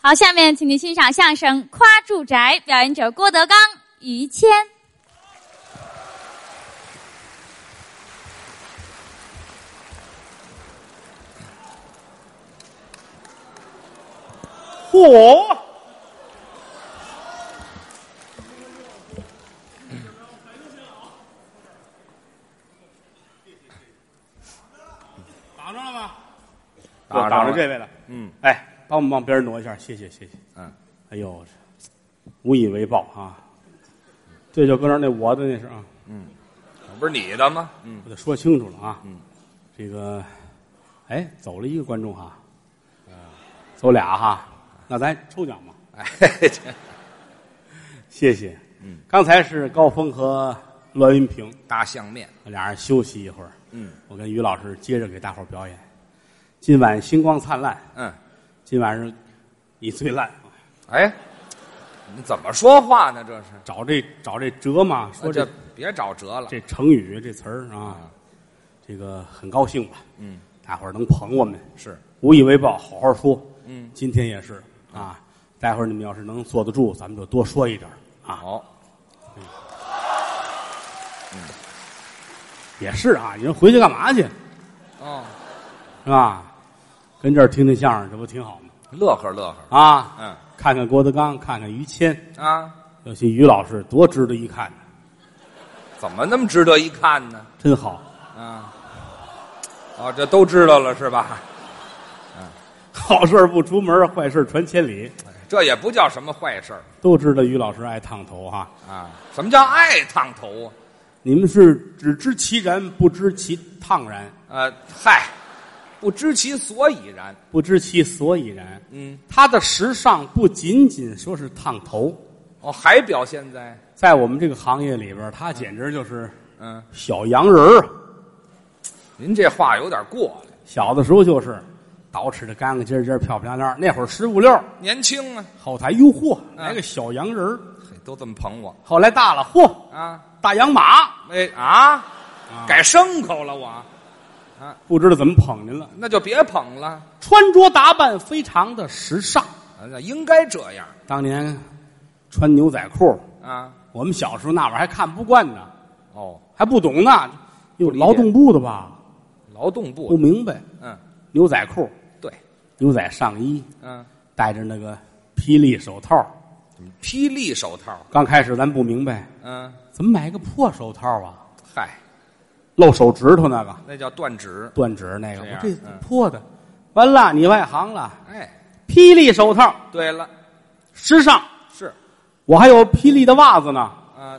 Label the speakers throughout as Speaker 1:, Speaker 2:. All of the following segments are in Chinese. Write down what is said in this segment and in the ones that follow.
Speaker 1: 好，下面请您欣赏相声《夸住宅》，表演者郭德纲、于谦。
Speaker 2: 嚯！
Speaker 3: 打着了吧？
Speaker 2: 我挡着这位了。
Speaker 3: 嗯，
Speaker 2: 哎，帮我们往边儿挪一下，谢谢谢谢。
Speaker 3: 嗯，
Speaker 2: 哎呦，无以为报啊！这就搁那儿那我的那是啊，
Speaker 3: 不是你的吗？嗯，
Speaker 2: 我得说清楚了啊。嗯，这个，哎，走了一个观众哈，走俩哈，那咱抽奖吧。
Speaker 3: 哎，这
Speaker 2: 谢谢。嗯，刚才是高峰和栾云平
Speaker 3: 大相面，
Speaker 2: 俩人休息一会儿。
Speaker 3: 嗯，
Speaker 2: 我跟于老师接着给大伙儿表演。今晚星光灿烂，
Speaker 3: 嗯，
Speaker 2: 今晚是你最烂。
Speaker 3: 哎，你怎么说话呢？这是哎
Speaker 2: 找这找这折嘛，说这
Speaker 3: 这别找辙了。
Speaker 2: 这成语这词儿啊，这个很高兴吧？
Speaker 3: 嗯，
Speaker 2: 大伙儿能捧我们，
Speaker 3: 是，
Speaker 2: 无以为报，好好说。
Speaker 3: 嗯，
Speaker 2: 今天也是啊，待会儿你们要是能坐得住，咱们就多说一点儿啊。
Speaker 3: 好，
Speaker 2: 也是啊，你说回去干嘛去
Speaker 3: 哦，
Speaker 2: 是吧？跟这儿听听相声，这不挺好吗？
Speaker 3: 乐呵乐呵。
Speaker 2: 啊，
Speaker 3: 嗯
Speaker 2: 看看郭德纲，看看于谦，
Speaker 3: 啊，
Speaker 2: 尤其于老师，多值得一看，
Speaker 3: 怎么那么值得一看呢？
Speaker 2: 真好。
Speaker 3: 啊，哦，这都知道了是吧？
Speaker 2: 好事儿不出门儿，坏事儿传千里，
Speaker 3: 这也不叫什么坏事儿
Speaker 2: 都知道于老师爱烫头哈、
Speaker 3: 啊。什么叫爱烫头啊？
Speaker 2: 你们是只知其然，不知其烫然，
Speaker 3: 呃，嗨，不知其所以然。
Speaker 2: 不知其所以然。
Speaker 3: 嗯，
Speaker 2: 它的时尚不仅仅说是烫头，
Speaker 3: 哦，还表现在
Speaker 2: 在我们这个行业里边儿，它简直就是
Speaker 3: 嗯，
Speaker 2: 小洋人儿啊。
Speaker 3: 您这话有点过了，
Speaker 2: 小的时候就是捯饬的干干净净、漂漂亮亮，那会儿十五六，
Speaker 3: 年轻啊。
Speaker 2: 后台哟嚯，
Speaker 3: 啊
Speaker 2: 来个小洋人儿。
Speaker 3: 嘿，都这么捧我
Speaker 2: 后来大了，嚯，
Speaker 3: 啊！
Speaker 2: 大洋马，
Speaker 3: 哎啊，改牲口了我，
Speaker 2: 不知道怎么捧您了。
Speaker 3: 那就别捧了，
Speaker 2: 穿着打扮非常的时尚，
Speaker 3: 啊那应该这样
Speaker 2: 当年穿牛仔裤，
Speaker 3: 啊。
Speaker 2: 我们小时候那玩意儿还看不惯呢。
Speaker 3: 哦，
Speaker 2: 还不懂呢，有劳动部的吧？
Speaker 3: 劳动
Speaker 2: 不
Speaker 3: 部，
Speaker 2: 明白，
Speaker 3: 嗯，
Speaker 2: 牛仔裤、
Speaker 3: 对，
Speaker 2: 牛仔上衣，
Speaker 3: 嗯，
Speaker 2: 戴着那个霹雳手套。
Speaker 3: 霹雳手套，
Speaker 2: 刚开始咱不明白，
Speaker 3: 嗯，
Speaker 2: 怎么买个破手套啊？
Speaker 3: 嗨，
Speaker 2: 露手指头那个
Speaker 3: 那叫断指。
Speaker 2: 断指那个，
Speaker 3: 这
Speaker 2: 我
Speaker 3: 样
Speaker 2: 这
Speaker 3: 嗯
Speaker 2: 破的，完了你外行了。
Speaker 3: 哎，
Speaker 2: 霹雳手套
Speaker 3: 对了，
Speaker 2: 时尚，
Speaker 3: 是
Speaker 2: 我还有霹雳的袜子呢，
Speaker 3: 啊，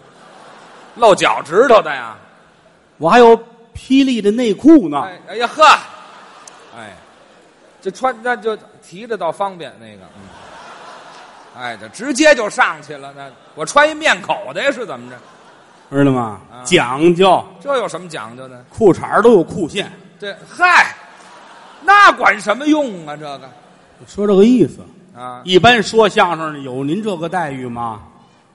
Speaker 3: 露脚趾头的呀。
Speaker 2: 我还有霹雳的内裤呢。
Speaker 3: 哎，哎呀呵，哎，这穿那就提着倒方便那个，嗯，哎，这直接就上去了。那我穿一面口的呀，是怎么着？
Speaker 2: 知道吗？
Speaker 3: 啊
Speaker 2: 讲究，
Speaker 3: 这有什么讲究呢？
Speaker 2: 裤衩儿都有裤线，
Speaker 3: 这嗨，那管什么用啊？这个
Speaker 2: 说这个意思。
Speaker 3: 啊，
Speaker 2: 一般说相声的有您这个待遇吗？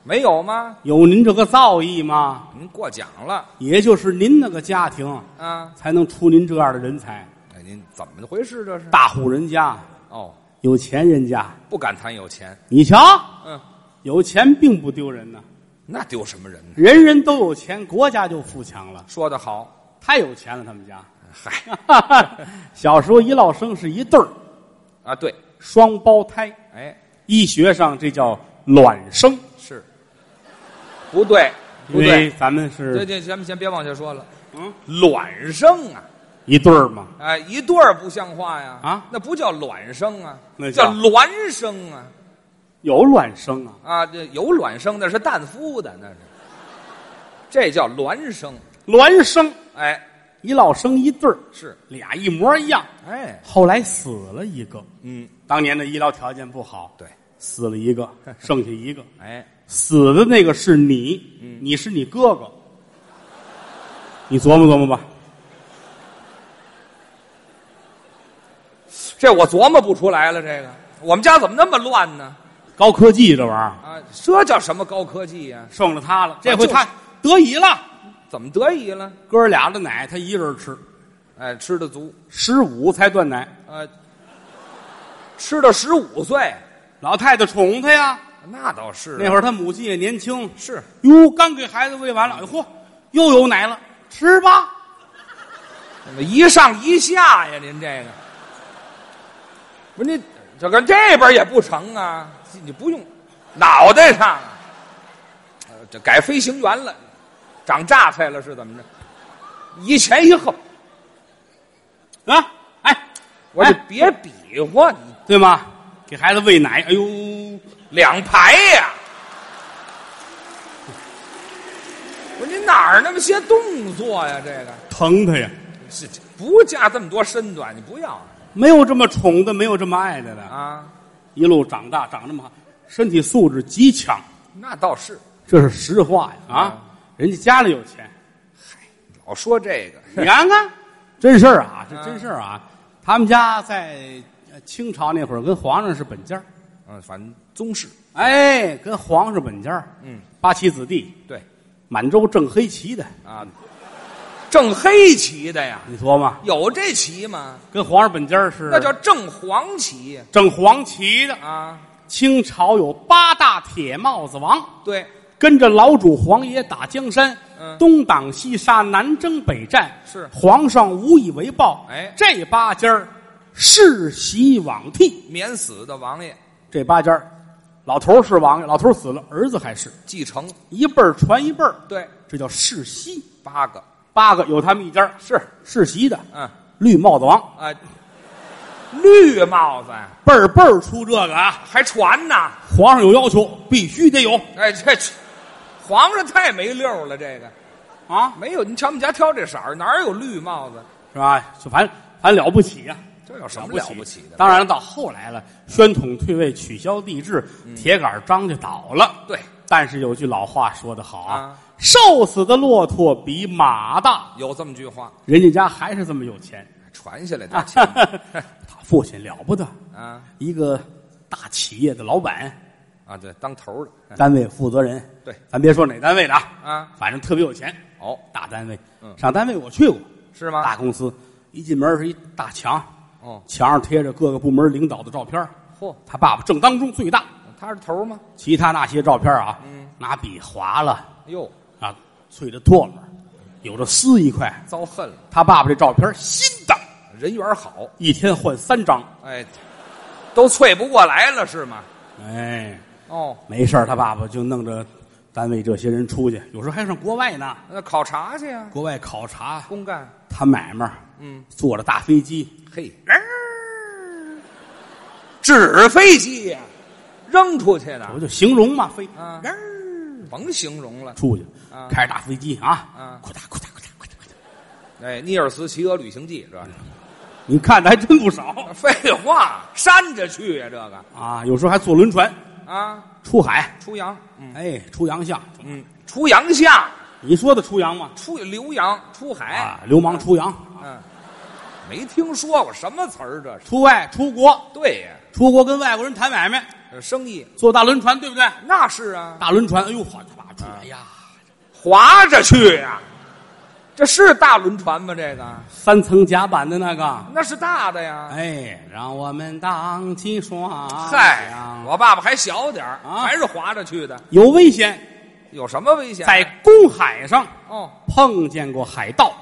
Speaker 3: 没有吗？
Speaker 2: 有您这个造诣吗？
Speaker 3: 您过奖了
Speaker 2: 也就是您那个家庭
Speaker 3: 啊？
Speaker 2: 才能出您这样的人才，
Speaker 3: 哎，您怎么回事？这是
Speaker 2: 大户人家、
Speaker 3: 哦，
Speaker 2: 有钱人家。
Speaker 3: 不敢谈有钱，
Speaker 2: 你瞧，
Speaker 3: 嗯，
Speaker 2: 有钱并不丢人呐，
Speaker 3: 那丢什么人呢？
Speaker 2: 人人都有钱，国家就富强了。
Speaker 3: 说得好，
Speaker 2: 太有钱了，他们家。
Speaker 3: 嗨
Speaker 2: 小时候一落生是一对儿，
Speaker 3: 啊，对，
Speaker 2: 双胞胎，
Speaker 3: 哎，
Speaker 2: 医学上这叫卵生，
Speaker 3: 是，不对，
Speaker 2: 因
Speaker 3: 不对
Speaker 2: 为。咱们
Speaker 3: 这
Speaker 2: 哎是
Speaker 3: 这，咱们先别往下说了。
Speaker 2: 嗯，
Speaker 3: 卵生啊，
Speaker 2: 一对儿嘛。
Speaker 3: 哎，一对儿不像话呀！
Speaker 2: 啊
Speaker 3: 那不叫卵生啊，
Speaker 2: 那
Speaker 3: 叫
Speaker 2: 叫
Speaker 3: 孪生啊！
Speaker 2: 有卵生啊，
Speaker 3: 啊，这有卵生那是蛋孵的，那是，这叫孪生。
Speaker 2: 孪生
Speaker 3: 哎，
Speaker 2: 一落生一对儿，
Speaker 3: 是，
Speaker 2: 俩一模一样。
Speaker 3: 哎，
Speaker 2: 后来死了一个，
Speaker 3: 嗯，
Speaker 2: 当年的医疗条件不好，
Speaker 3: 对，
Speaker 2: 死了 一个，剩下一个，
Speaker 3: 哎，
Speaker 2: 死的那个是你，你是你哥哥，你琢磨琢磨吧。
Speaker 3: 这我琢磨不出来了。这个我们家怎么那么乱呢？
Speaker 2: 高科技这玩意儿，
Speaker 3: 啊，这叫什么高科技呀、
Speaker 2: 剩了他了，这
Speaker 3: 啊
Speaker 2: 回
Speaker 3: 就
Speaker 2: 他得以了，
Speaker 3: 怎么得意了？
Speaker 2: 哥俩的奶他一人吃，
Speaker 3: 哎，吃的足，呃
Speaker 2: 十五才断奶，
Speaker 3: 啊，吃到十五岁，
Speaker 2: 老太太宠他呀。
Speaker 3: 那倒是啊
Speaker 2: 那会儿他母亲也年轻，
Speaker 3: 是
Speaker 2: 哟，刚给孩子喂完了，哎嚯，又有奶了，吃吧。
Speaker 3: 怎么一上一下呀？您这个，不是你这个这边也不成啊？你不用脑袋上啊，呃这改飞行员了，长榨菜了是怎么着？一前一后，
Speaker 2: 啊，哎，
Speaker 3: 我就
Speaker 2: 哎
Speaker 3: 别比划你
Speaker 2: 对吗？给孩子喂奶，哎呦，
Speaker 3: 两排呀、不是你哪儿那么些动作呀？这个
Speaker 2: 疼他呀！
Speaker 3: 是不加这么多身段，你不要
Speaker 2: 没有这么宠的，没有这么爱的了。
Speaker 3: 啊？
Speaker 2: 一路长大，长这么好，身体素质极强，
Speaker 3: 那倒是，
Speaker 2: 这是实话呀！啊，人家家里有钱，
Speaker 3: 老说这个，
Speaker 2: 你看看，真事儿啊，这真事儿啊。他们家在呃清朝那会儿跟皇上是本家儿，
Speaker 3: 嗯，反正宗室，
Speaker 2: 哎，跟皇上是本家儿，
Speaker 3: 嗯，
Speaker 2: 八旗子弟，
Speaker 3: 对
Speaker 2: 满洲正黑旗的，
Speaker 3: 啊，正黑旗的呀，
Speaker 2: 你琢磨，
Speaker 3: 有这旗吗？
Speaker 2: 跟皇上本家儿是
Speaker 3: 那叫正黄旗
Speaker 2: 正黄旗的。
Speaker 3: 啊，
Speaker 2: 清朝有八大铁帽子王，
Speaker 3: 对，
Speaker 2: 跟着老主皇爷打江山，
Speaker 3: 嗯
Speaker 2: 东挡西杀，南征北战，
Speaker 3: 是
Speaker 2: 皇上无以为报。
Speaker 3: 哎
Speaker 2: 这八家儿世袭罔替，
Speaker 3: 免死的王爷
Speaker 2: 这八家儿老头儿是王爷，老头儿死了，儿子还是
Speaker 3: 继承，
Speaker 2: 一辈儿传一辈儿，
Speaker 3: 对，
Speaker 2: 这叫世袭。
Speaker 3: 八个
Speaker 2: 八个有他们一家儿
Speaker 3: 是，
Speaker 2: 世袭的，
Speaker 3: 嗯
Speaker 2: 绿帽子王
Speaker 3: 啊，绿帽子
Speaker 2: 辈儿辈儿出这个啊，
Speaker 3: 还传呢，
Speaker 2: 皇上有要求，必须得有
Speaker 3: 哎，这这皇上太没溜了，这个
Speaker 2: 啊，
Speaker 3: 没有，你瞧我们家挑这色儿，哪有绿帽子？
Speaker 2: 是吧？就反正反正了不起呀、
Speaker 3: 这有什
Speaker 2: 了
Speaker 3: 么
Speaker 2: 不
Speaker 3: 了
Speaker 2: 起
Speaker 3: 不起的？
Speaker 2: 当然了，到后来了，宣统退位，取消帝制，
Speaker 3: 嗯
Speaker 2: 铁杆张家倒了。
Speaker 3: 对，
Speaker 2: 但是有句老话说得好啊
Speaker 3: 啊，
Speaker 2: 瘦死的骆驼比马大，
Speaker 3: 有这么句话
Speaker 2: 人家家还是这么有钱。
Speaker 3: 传下来的
Speaker 2: 啊
Speaker 3: 钱
Speaker 2: 他父亲了不得，
Speaker 3: 啊
Speaker 2: 一个大企业的老板，
Speaker 3: 啊，对，当头的嗯
Speaker 2: 单位负责人。
Speaker 3: 对
Speaker 2: 咱别说哪单位的啊，
Speaker 3: 啊，
Speaker 2: 反正特别有钱，
Speaker 3: 哦，
Speaker 2: 大单位。
Speaker 3: 嗯啊
Speaker 2: 上单位我去过，
Speaker 3: 是吗？
Speaker 2: 大公司一进门是一大墙，
Speaker 3: 哦，
Speaker 2: 墙上贴着各个部门领导的照片儿。
Speaker 3: 嚯，
Speaker 2: 他爸爸正当中最大，
Speaker 3: 他是头吗？
Speaker 2: 其他那些照片啊，
Speaker 3: 嗯
Speaker 2: 拿笔划了
Speaker 3: 哟，
Speaker 2: 啊，碎着唾沫，有的撕一块。
Speaker 3: 遭恨了，
Speaker 2: 他爸爸这照片新的，
Speaker 3: 人缘好，
Speaker 2: 一天换三张。
Speaker 3: 哎，都萃不过来了是吗？
Speaker 2: 哎，
Speaker 3: 哦，
Speaker 2: 没事儿他爸爸就弄着单位这些人出去，有时候还上国外呢，
Speaker 3: 那考察去呀，
Speaker 2: 国外考察，
Speaker 3: 公干，
Speaker 2: 他买卖，
Speaker 3: 嗯，
Speaker 2: 坐着大飞机，
Speaker 3: 嘿， 纸飞机呀，扔出去
Speaker 2: 我
Speaker 3: 的，
Speaker 2: 就形容嘛，飞
Speaker 3: 啊，甭形容了，
Speaker 2: 出去
Speaker 3: 啊，
Speaker 2: 开着大飞机啊
Speaker 3: 啊，
Speaker 2: 扩大扩大扩大扩大扩大，
Speaker 3: 哎，尼尔斯骑鹅旅行记是吧？
Speaker 2: 你看的还真不少
Speaker 3: 废话，扇着去呀，这个
Speaker 2: 啊，有时候还坐轮船
Speaker 3: 啊，
Speaker 2: 出海，
Speaker 3: 出洋，嗯
Speaker 2: 哎，出洋相，
Speaker 3: 嗯，出洋相，
Speaker 2: 你说的出洋吗？
Speaker 3: 出留洋，出海
Speaker 2: 啊，流氓，出洋，
Speaker 3: 嗯，没听说过什么词儿这是？
Speaker 2: 出外出国，
Speaker 3: 对呀，
Speaker 2: 出国跟外国人谈买卖，
Speaker 3: 这生意
Speaker 2: 坐大轮船，对不对？
Speaker 3: 那是啊，
Speaker 2: 大轮船，哎呦，好他爸出来，哎呀，
Speaker 3: 划着去呀、这是大轮船吗？这个
Speaker 2: 三层甲板的那个，
Speaker 3: 那是大的呀。
Speaker 2: 哎，让我们荡起双桨，
Speaker 3: 嗨，我爸爸还小点儿，
Speaker 2: 哎啊
Speaker 3: 还是划着去的，
Speaker 2: 有危险，
Speaker 3: 有什么危险？
Speaker 2: 在公海上
Speaker 3: 哦，
Speaker 2: 碰见过海盗，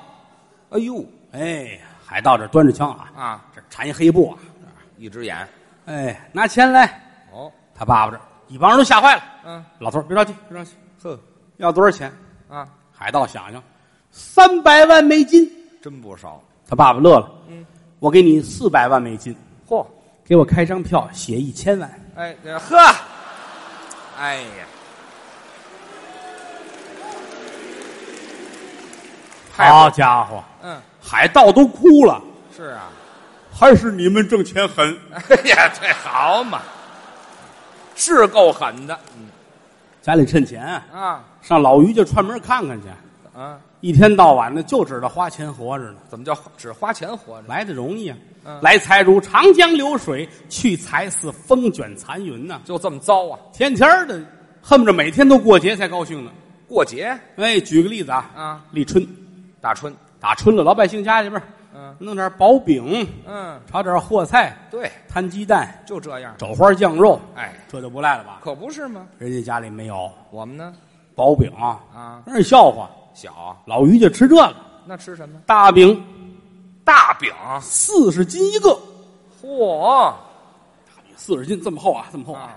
Speaker 3: 哎呦
Speaker 2: 哎，海盗这端着枪啊，
Speaker 3: 啊，
Speaker 2: 这缠一黑布啊，
Speaker 3: 一只眼，
Speaker 2: 哎，拿钱来，
Speaker 3: 哦，
Speaker 2: 他爸爸这一帮人都吓坏了，
Speaker 3: 嗯，
Speaker 2: 老头儿别着急，别着急，
Speaker 3: 呵，
Speaker 2: 要多少钱？
Speaker 3: 啊，
Speaker 2: 海盗想想，三百万美金。
Speaker 3: 真不少。
Speaker 2: 他爸爸乐了，
Speaker 3: 嗯，
Speaker 2: 我给你四百万美金，
Speaker 3: 嚯，
Speaker 2: 给我开张票，写一千万。
Speaker 3: 哎这呵，哎呀，太
Speaker 2: 好家伙，
Speaker 3: 嗯，
Speaker 2: 海盗都哭了，
Speaker 3: 是啊，
Speaker 2: 还是你们挣钱狠。
Speaker 3: 哎呀，这好嘛，是够狠的，
Speaker 2: 家里趁钱啊，
Speaker 3: 啊
Speaker 2: 上老于家串门看看去，
Speaker 3: 啊，
Speaker 2: 一天到晚的就知道花钱活着呢，
Speaker 3: 怎么叫只花钱活着？
Speaker 2: 来的容易啊。
Speaker 3: 嗯
Speaker 2: 来财如长江流水，去财似风卷残云呐、
Speaker 3: 就这么糟啊？
Speaker 2: 天天儿的，恨不着每天都过节才高兴呢。
Speaker 3: 过节
Speaker 2: 哎，举个例子啊，
Speaker 3: 啊，
Speaker 2: 立春
Speaker 3: 大春
Speaker 2: 打春了，老百姓家里边儿
Speaker 3: 嗯
Speaker 2: 弄点薄饼，
Speaker 3: 嗯，
Speaker 2: 炒点和菜，
Speaker 3: 对，
Speaker 2: 摊鸡蛋，
Speaker 3: 就这样。
Speaker 2: 肘花酱肉，
Speaker 3: 哎，
Speaker 2: 这就不赖了吧？
Speaker 3: 可不是吗？
Speaker 2: 人家家里没有
Speaker 3: 我们呢？
Speaker 2: 薄饼啊，
Speaker 3: 啊，
Speaker 2: 让人笑话。
Speaker 3: 小，
Speaker 2: 老于就吃这个
Speaker 3: 那吃什么？
Speaker 2: 大饼，
Speaker 3: 大饼。
Speaker 2: 四十斤一个，
Speaker 3: 嚯
Speaker 2: 四十斤这么厚啊，这么厚啊！
Speaker 3: 啊，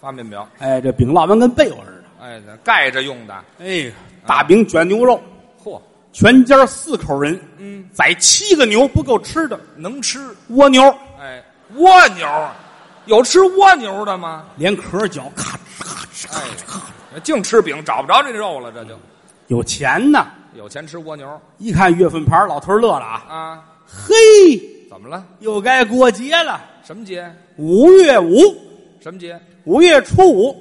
Speaker 3: 发面饼，
Speaker 2: 哎，这饼烙完跟被窝似的。
Speaker 3: 哎，盖着用的。
Speaker 2: 哎，大饼卷牛肉，
Speaker 3: 嚯，
Speaker 2: 全家四口人，
Speaker 3: 嗯，
Speaker 2: 宰七个牛不够吃的，
Speaker 3: 能吃。
Speaker 2: 蜗牛
Speaker 3: 哎，蜗牛，有吃蜗牛的吗？
Speaker 2: 连壳嚼，咔哧咔哧咔哧咔哧。
Speaker 3: 哎，净吃饼，找不着这肉了，这就
Speaker 2: 有钱呢，
Speaker 3: 有钱吃蜗牛
Speaker 2: 一看月份牌，老头乐了啊！
Speaker 3: 啊？
Speaker 2: 嘿，
Speaker 3: 怎么了？
Speaker 2: 又该过节了。
Speaker 3: 什么节？
Speaker 2: 五月五，
Speaker 3: 什么节？
Speaker 2: 五月初五，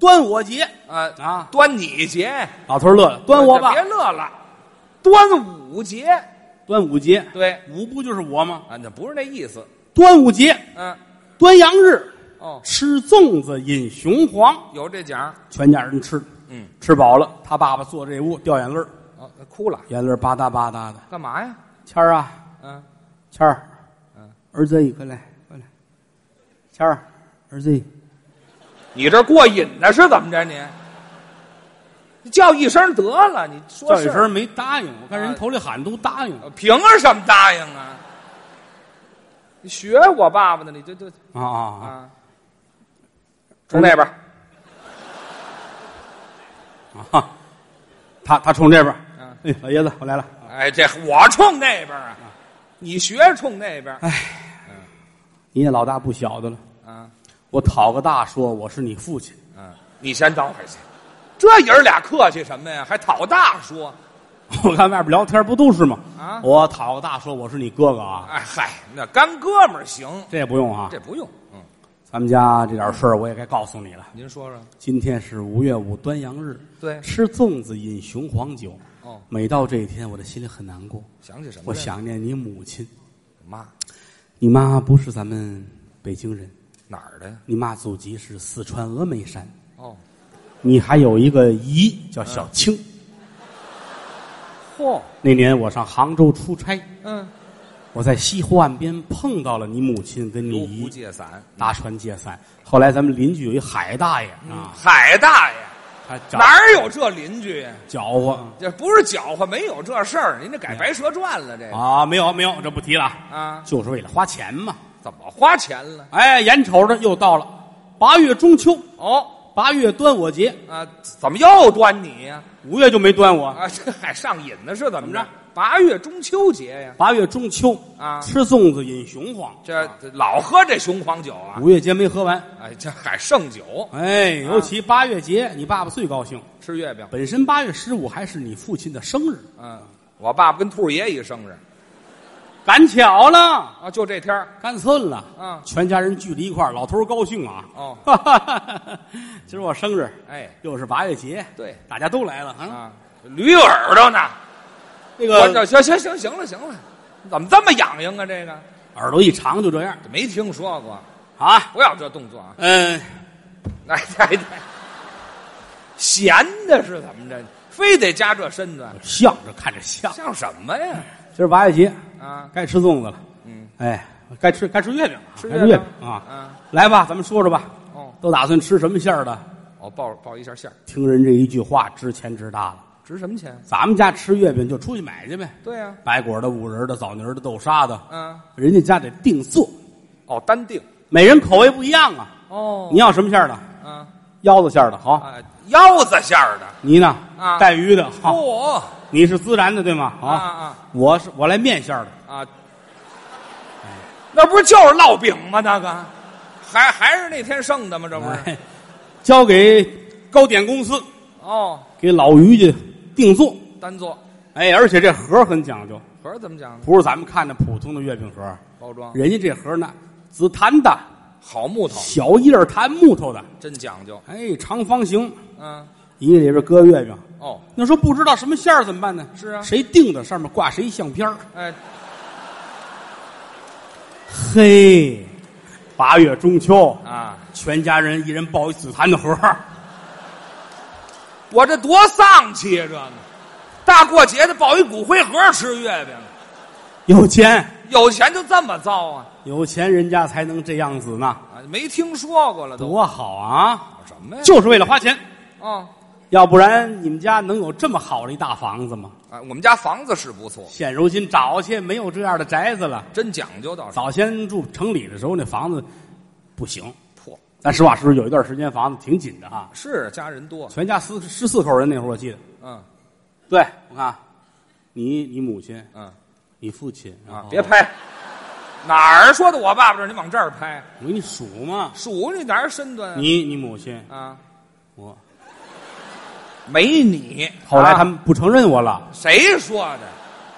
Speaker 2: 端午节
Speaker 3: 啊
Speaker 2: 啊！
Speaker 3: 端你节，哎
Speaker 2: 老头乐了，端我吧
Speaker 3: 别，乐了，端午节。
Speaker 2: 端午节，
Speaker 3: 对
Speaker 2: 五不就是我吗？
Speaker 3: 啊，那不是那意思。
Speaker 2: 端午节，
Speaker 3: 嗯、
Speaker 2: 端阳日，
Speaker 3: 哦，
Speaker 2: 吃粽子，饮雄黄，
Speaker 3: 有这讲。
Speaker 2: 全家人吃，
Speaker 3: 嗯，
Speaker 2: 吃饱了，他爸爸坐这屋掉眼泪儿
Speaker 3: 哦，哭了，
Speaker 2: 眼泪儿吧嗒吧嗒的。
Speaker 3: 干嘛呀？
Speaker 2: 谦儿啊，
Speaker 3: 嗯、
Speaker 2: 谦儿
Speaker 3: 嗯，
Speaker 2: 儿子，快来，快来，谦儿，儿子，
Speaker 3: 你这过瘾呢是怎么着？你你叫一声得了，你说
Speaker 2: 叫一
Speaker 3: 是
Speaker 2: 声没答应，我看人
Speaker 3: 啊
Speaker 2: 头里喊都答应
Speaker 3: 呃凭什么答应啊？你学我爸爸呢？你这这
Speaker 2: 啊啊啊！
Speaker 3: 啊，从那边
Speaker 2: 啊，他他冲这边儿
Speaker 3: 嗯，
Speaker 2: 哎，老爷子，我来了。
Speaker 3: 哎，这我冲那边啊，
Speaker 2: 嗯
Speaker 3: 你学冲那边
Speaker 2: 你也老大不小的了，
Speaker 3: 啊，
Speaker 2: 我讨个大说我是你父亲，
Speaker 3: 嗯，你先等会儿去，这爷儿俩客气什么呀？还讨大说，
Speaker 2: 我看外边聊天不都是吗？
Speaker 3: 啊
Speaker 2: 我讨个大说我是你哥哥啊，
Speaker 3: 哎嗨，那干哥们儿行，
Speaker 2: 这也不用啊
Speaker 3: 这。不用，嗯，
Speaker 2: 咱们家这点事儿我也该告诉你了。
Speaker 3: 您说说，
Speaker 2: 今天是五月五端阳日，
Speaker 3: 对
Speaker 2: 吃粽子饮雄黄酒。
Speaker 3: 哦，
Speaker 2: 每到这一天，我的心里很难过，
Speaker 3: 想起什么？
Speaker 2: 我，想念你母亲。
Speaker 3: 妈，
Speaker 2: 你妈不是咱们北京人，
Speaker 3: 哪儿的呀？
Speaker 2: 你妈祖籍是四川峨眉山。
Speaker 3: 哦，
Speaker 2: 你还有一个姨叫小青。
Speaker 3: 嚯，
Speaker 2: 那年我上杭州出差，
Speaker 3: 嗯，
Speaker 2: 我在西湖岸边碰到了你母亲跟你
Speaker 3: 游湖
Speaker 2: 姨
Speaker 3: 借伞，
Speaker 2: 搭船借伞。后来咱们邻居有一海大爷啊，
Speaker 3: 海大爷
Speaker 2: 他搅
Speaker 3: 嗯哪儿有这邻居呀？
Speaker 2: 搅和
Speaker 3: 这不是搅和，没有这事儿，您这改《白蛇传》了，这个
Speaker 2: 啊？没有没有，这不提了啊，
Speaker 3: 啊，
Speaker 2: 就是为了花钱嘛。
Speaker 3: 怎么花钱了？
Speaker 2: 哎，眼瞅着又到了八月中秋，
Speaker 3: 哦，
Speaker 2: 八月端午节，
Speaker 3: 啊，怎么又端你呀？
Speaker 2: 五月就没端午，
Speaker 3: 啊，这还上瘾呢，是怎么
Speaker 2: 怎
Speaker 3: 着
Speaker 2: 么着？
Speaker 3: 八月中秋节呀，
Speaker 2: 八月中秋
Speaker 3: 啊
Speaker 2: 吃粽子饮雄黄。
Speaker 3: 这这老喝这雄黄酒啊，
Speaker 2: 五月节没喝完，
Speaker 3: 哎，这还剩酒，
Speaker 2: 哎，尤
Speaker 3: 啊
Speaker 2: 其八月节，你爸爸最高兴。
Speaker 3: 吃月饼。
Speaker 2: 本身八月十五还是你父亲的生日，
Speaker 3: 嗯，我爸爸跟兔儿爷一生日
Speaker 2: 赶巧了，
Speaker 3: 啊，就这天儿
Speaker 2: 赶寸了，
Speaker 3: 嗯
Speaker 2: 全家人聚在一块儿，老头儿高兴啊，
Speaker 3: 哦，
Speaker 2: 今儿我生日，
Speaker 3: 哎，
Speaker 2: 又是八月节，
Speaker 3: 对
Speaker 2: 大家都来了啊。
Speaker 3: 啊，驴耳朵呢？
Speaker 2: 那
Speaker 3: 我这
Speaker 2: 个
Speaker 3: 行行行行了行了，你怎么这么痒痒啊？这个
Speaker 2: 耳朵一长就这样
Speaker 3: 没听说过，
Speaker 2: 啊，
Speaker 3: 不要这动作啊！
Speaker 2: 嗯，
Speaker 3: 哎，哎哎闲的是怎么着？非得加这身子，
Speaker 2: 像这看着像。
Speaker 3: 像什么呀？
Speaker 2: 今儿八月节，
Speaker 3: 啊，
Speaker 2: 该吃粽子了，
Speaker 3: 嗯，
Speaker 2: 哎，该吃该吃月饼了，
Speaker 3: 吃
Speaker 2: 该吃
Speaker 3: 月
Speaker 2: 月
Speaker 3: 饼
Speaker 2: 饼啊，
Speaker 3: 啊，
Speaker 2: 来吧，咱们说说吧，
Speaker 3: 哦，
Speaker 2: 都打算吃什么馅儿的？
Speaker 3: 我报报一下馅儿，
Speaker 2: 听人这一句话，值钱值大了。
Speaker 3: 值什么钱？
Speaker 2: 咱们家吃月饼就出去买去呗，
Speaker 3: 对啊呀，
Speaker 2: 白果的、五仁的、枣泥的、豆沙的，
Speaker 3: 嗯，
Speaker 2: 人家家得定做，
Speaker 3: 哦，单定，
Speaker 2: 每人口味不一样啊。
Speaker 3: 哦
Speaker 2: 你要什么馅儿的？
Speaker 3: 啊
Speaker 2: 腰子馅儿的好，
Speaker 3: 啊，腰子馅儿的，
Speaker 2: 你呢？
Speaker 3: 啊
Speaker 2: 带鱼的好，
Speaker 3: 嚯
Speaker 2: 你是孜然的对吗？
Speaker 3: 啊
Speaker 2: 好，
Speaker 3: 啊
Speaker 2: 我是我来面馅儿的，
Speaker 3: 啊，那不是就是烙饼吗？那个，还还是那天剩的吗？这不是？
Speaker 2: 哎 交给糕点公司
Speaker 3: 哦，
Speaker 2: 给老于家定做。
Speaker 3: 单做
Speaker 2: 哎，而且这盒儿很讲究，
Speaker 3: 盒儿怎么讲？
Speaker 2: 不是咱们看的普通的月饼盒儿，
Speaker 3: 包装
Speaker 2: 人家这盒儿呢，紫檀的
Speaker 3: 好木头，
Speaker 2: 小叶儿檀木头的，
Speaker 3: 真讲究。
Speaker 2: 哎，长方形，
Speaker 3: 嗯，
Speaker 2: 一个里边搁月饼。
Speaker 3: 哦，
Speaker 2: 那说不知道什么馅儿怎么办呢？
Speaker 3: 是啊
Speaker 2: 谁定的？上面挂谁相片儿
Speaker 3: 哎，
Speaker 2: 嘿，八月中秋，
Speaker 3: 啊，
Speaker 2: 全家人一人抱一紫檀的盒儿
Speaker 3: 我这多丧气啊！这个大过节的抱一骨灰盒吃月饼，
Speaker 2: 有钱，
Speaker 3: 有钱就这么糟啊？
Speaker 2: 有钱人家才能这样子呢，
Speaker 3: 啊，没听说过了都
Speaker 2: 多好啊！
Speaker 3: 什么呀？
Speaker 2: 就是为了花钱，
Speaker 3: 啊
Speaker 2: 要不然你们家能有这么好的一大房子吗？
Speaker 3: 啊，我们家房子是不错，
Speaker 2: 现如今找去没有这样的宅子了。
Speaker 3: 真讲究倒是
Speaker 2: 早先住城里的时候，那房子不行。
Speaker 3: 破。
Speaker 2: 咱实话实说，有一段时间房子挺紧的啊，
Speaker 3: 是家人多，
Speaker 2: 全家四十四口人那会儿我记得。
Speaker 3: 嗯
Speaker 2: 对，我看，你你母亲，
Speaker 3: 嗯
Speaker 2: 你父亲
Speaker 3: 啊，别，拍，哪儿说的我爸爸这儿？你往这儿拍，
Speaker 2: 然后我给你数嘛。
Speaker 3: 数你哪儿身段啊？
Speaker 2: 你你母亲，
Speaker 3: 啊，
Speaker 2: 我
Speaker 3: 没你。
Speaker 2: 后来他
Speaker 3: 啊
Speaker 2: 们不承认我了，
Speaker 3: 谁说的？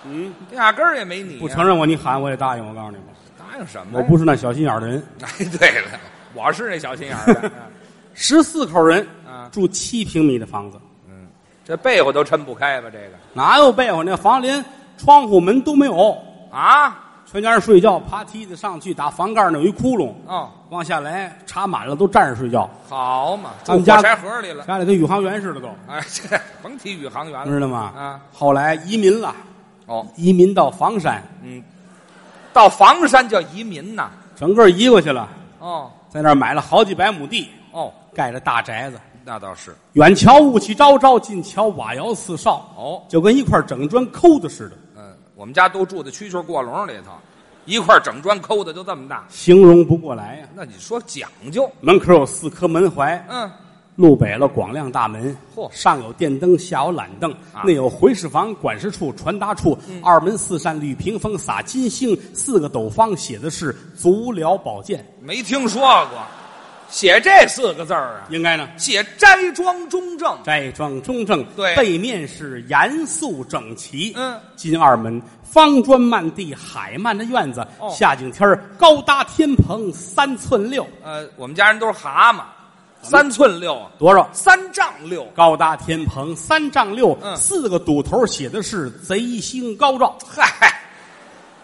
Speaker 2: 嗯，
Speaker 3: 压根儿也没你啊、
Speaker 2: 不承认我，你喊我也答应。我告诉你吧，
Speaker 3: 答应什么
Speaker 2: 我
Speaker 3: 呀？
Speaker 2: 不是那小心眼儿的人。
Speaker 3: 哎， 对了，我是那小心眼儿的，啊
Speaker 2: 十四口人
Speaker 3: 啊
Speaker 2: 住七平米的房子，
Speaker 3: 这被窝都抻不开吧？这个
Speaker 2: 哪有被窝？那房连窗户门都没有，
Speaker 3: 啊，
Speaker 2: 全家人睡觉，爬梯子上去，打房盖儿那有一窟窿，
Speaker 3: 哦，
Speaker 2: 往下来插满了，都站着睡觉。
Speaker 3: 好嘛，
Speaker 2: 他
Speaker 3: 住
Speaker 2: 们
Speaker 3: 火
Speaker 2: 家
Speaker 3: 柴盒里了。
Speaker 2: 家里跟宇航员似的都，
Speaker 3: 哎，这 甭提宇航员了。
Speaker 2: 知道吗？
Speaker 3: 啊，
Speaker 2: 后来移民了，
Speaker 3: 哦，
Speaker 2: 移民到房山，
Speaker 3: 嗯，到房山叫移民呐。
Speaker 2: 整个移过去了，
Speaker 3: 哦
Speaker 2: 在那儿买了好几百亩地，
Speaker 3: 哦，
Speaker 2: 盖着大宅子。
Speaker 3: 那倒是。
Speaker 2: 远瞧雾气昭昭，近瞧瓦窑四少，
Speaker 3: 哦，
Speaker 2: 就跟一块整砖抠的似的。
Speaker 3: 嗯，我们家都住在蛐蛐过笼里头，一块整砖抠的就这么大。
Speaker 2: 形容不过来呀、啊
Speaker 3: 那你说讲究？
Speaker 2: 门口有四颗门槐，
Speaker 3: 嗯，
Speaker 2: 路北了广亮大门，
Speaker 3: 嚯
Speaker 2: 上有电灯，下有懒凳，
Speaker 3: 啊
Speaker 2: 内有回事房、管事处、传达处，二门四扇绿屏风，撒金星，四个斗方写的是足疗保健，
Speaker 3: 没听说过，写这四个字儿啊，
Speaker 2: 应该呢。
Speaker 3: 写斋庄中正。
Speaker 2: 斋庄中正，
Speaker 3: 对
Speaker 2: 背面是严肃整齐。
Speaker 3: 嗯，
Speaker 2: 进二门方砖漫地，海漫的院子。
Speaker 3: 哦
Speaker 2: 夏景天儿高搭天棚三寸六，
Speaker 3: 呃，我们家人都是蛤蟆，三寸六啊，
Speaker 2: 多少？
Speaker 3: 三丈六。
Speaker 2: 高搭天棚三丈六，
Speaker 3: 嗯
Speaker 2: 四个堵头写的是贼星高照，
Speaker 3: 嗨，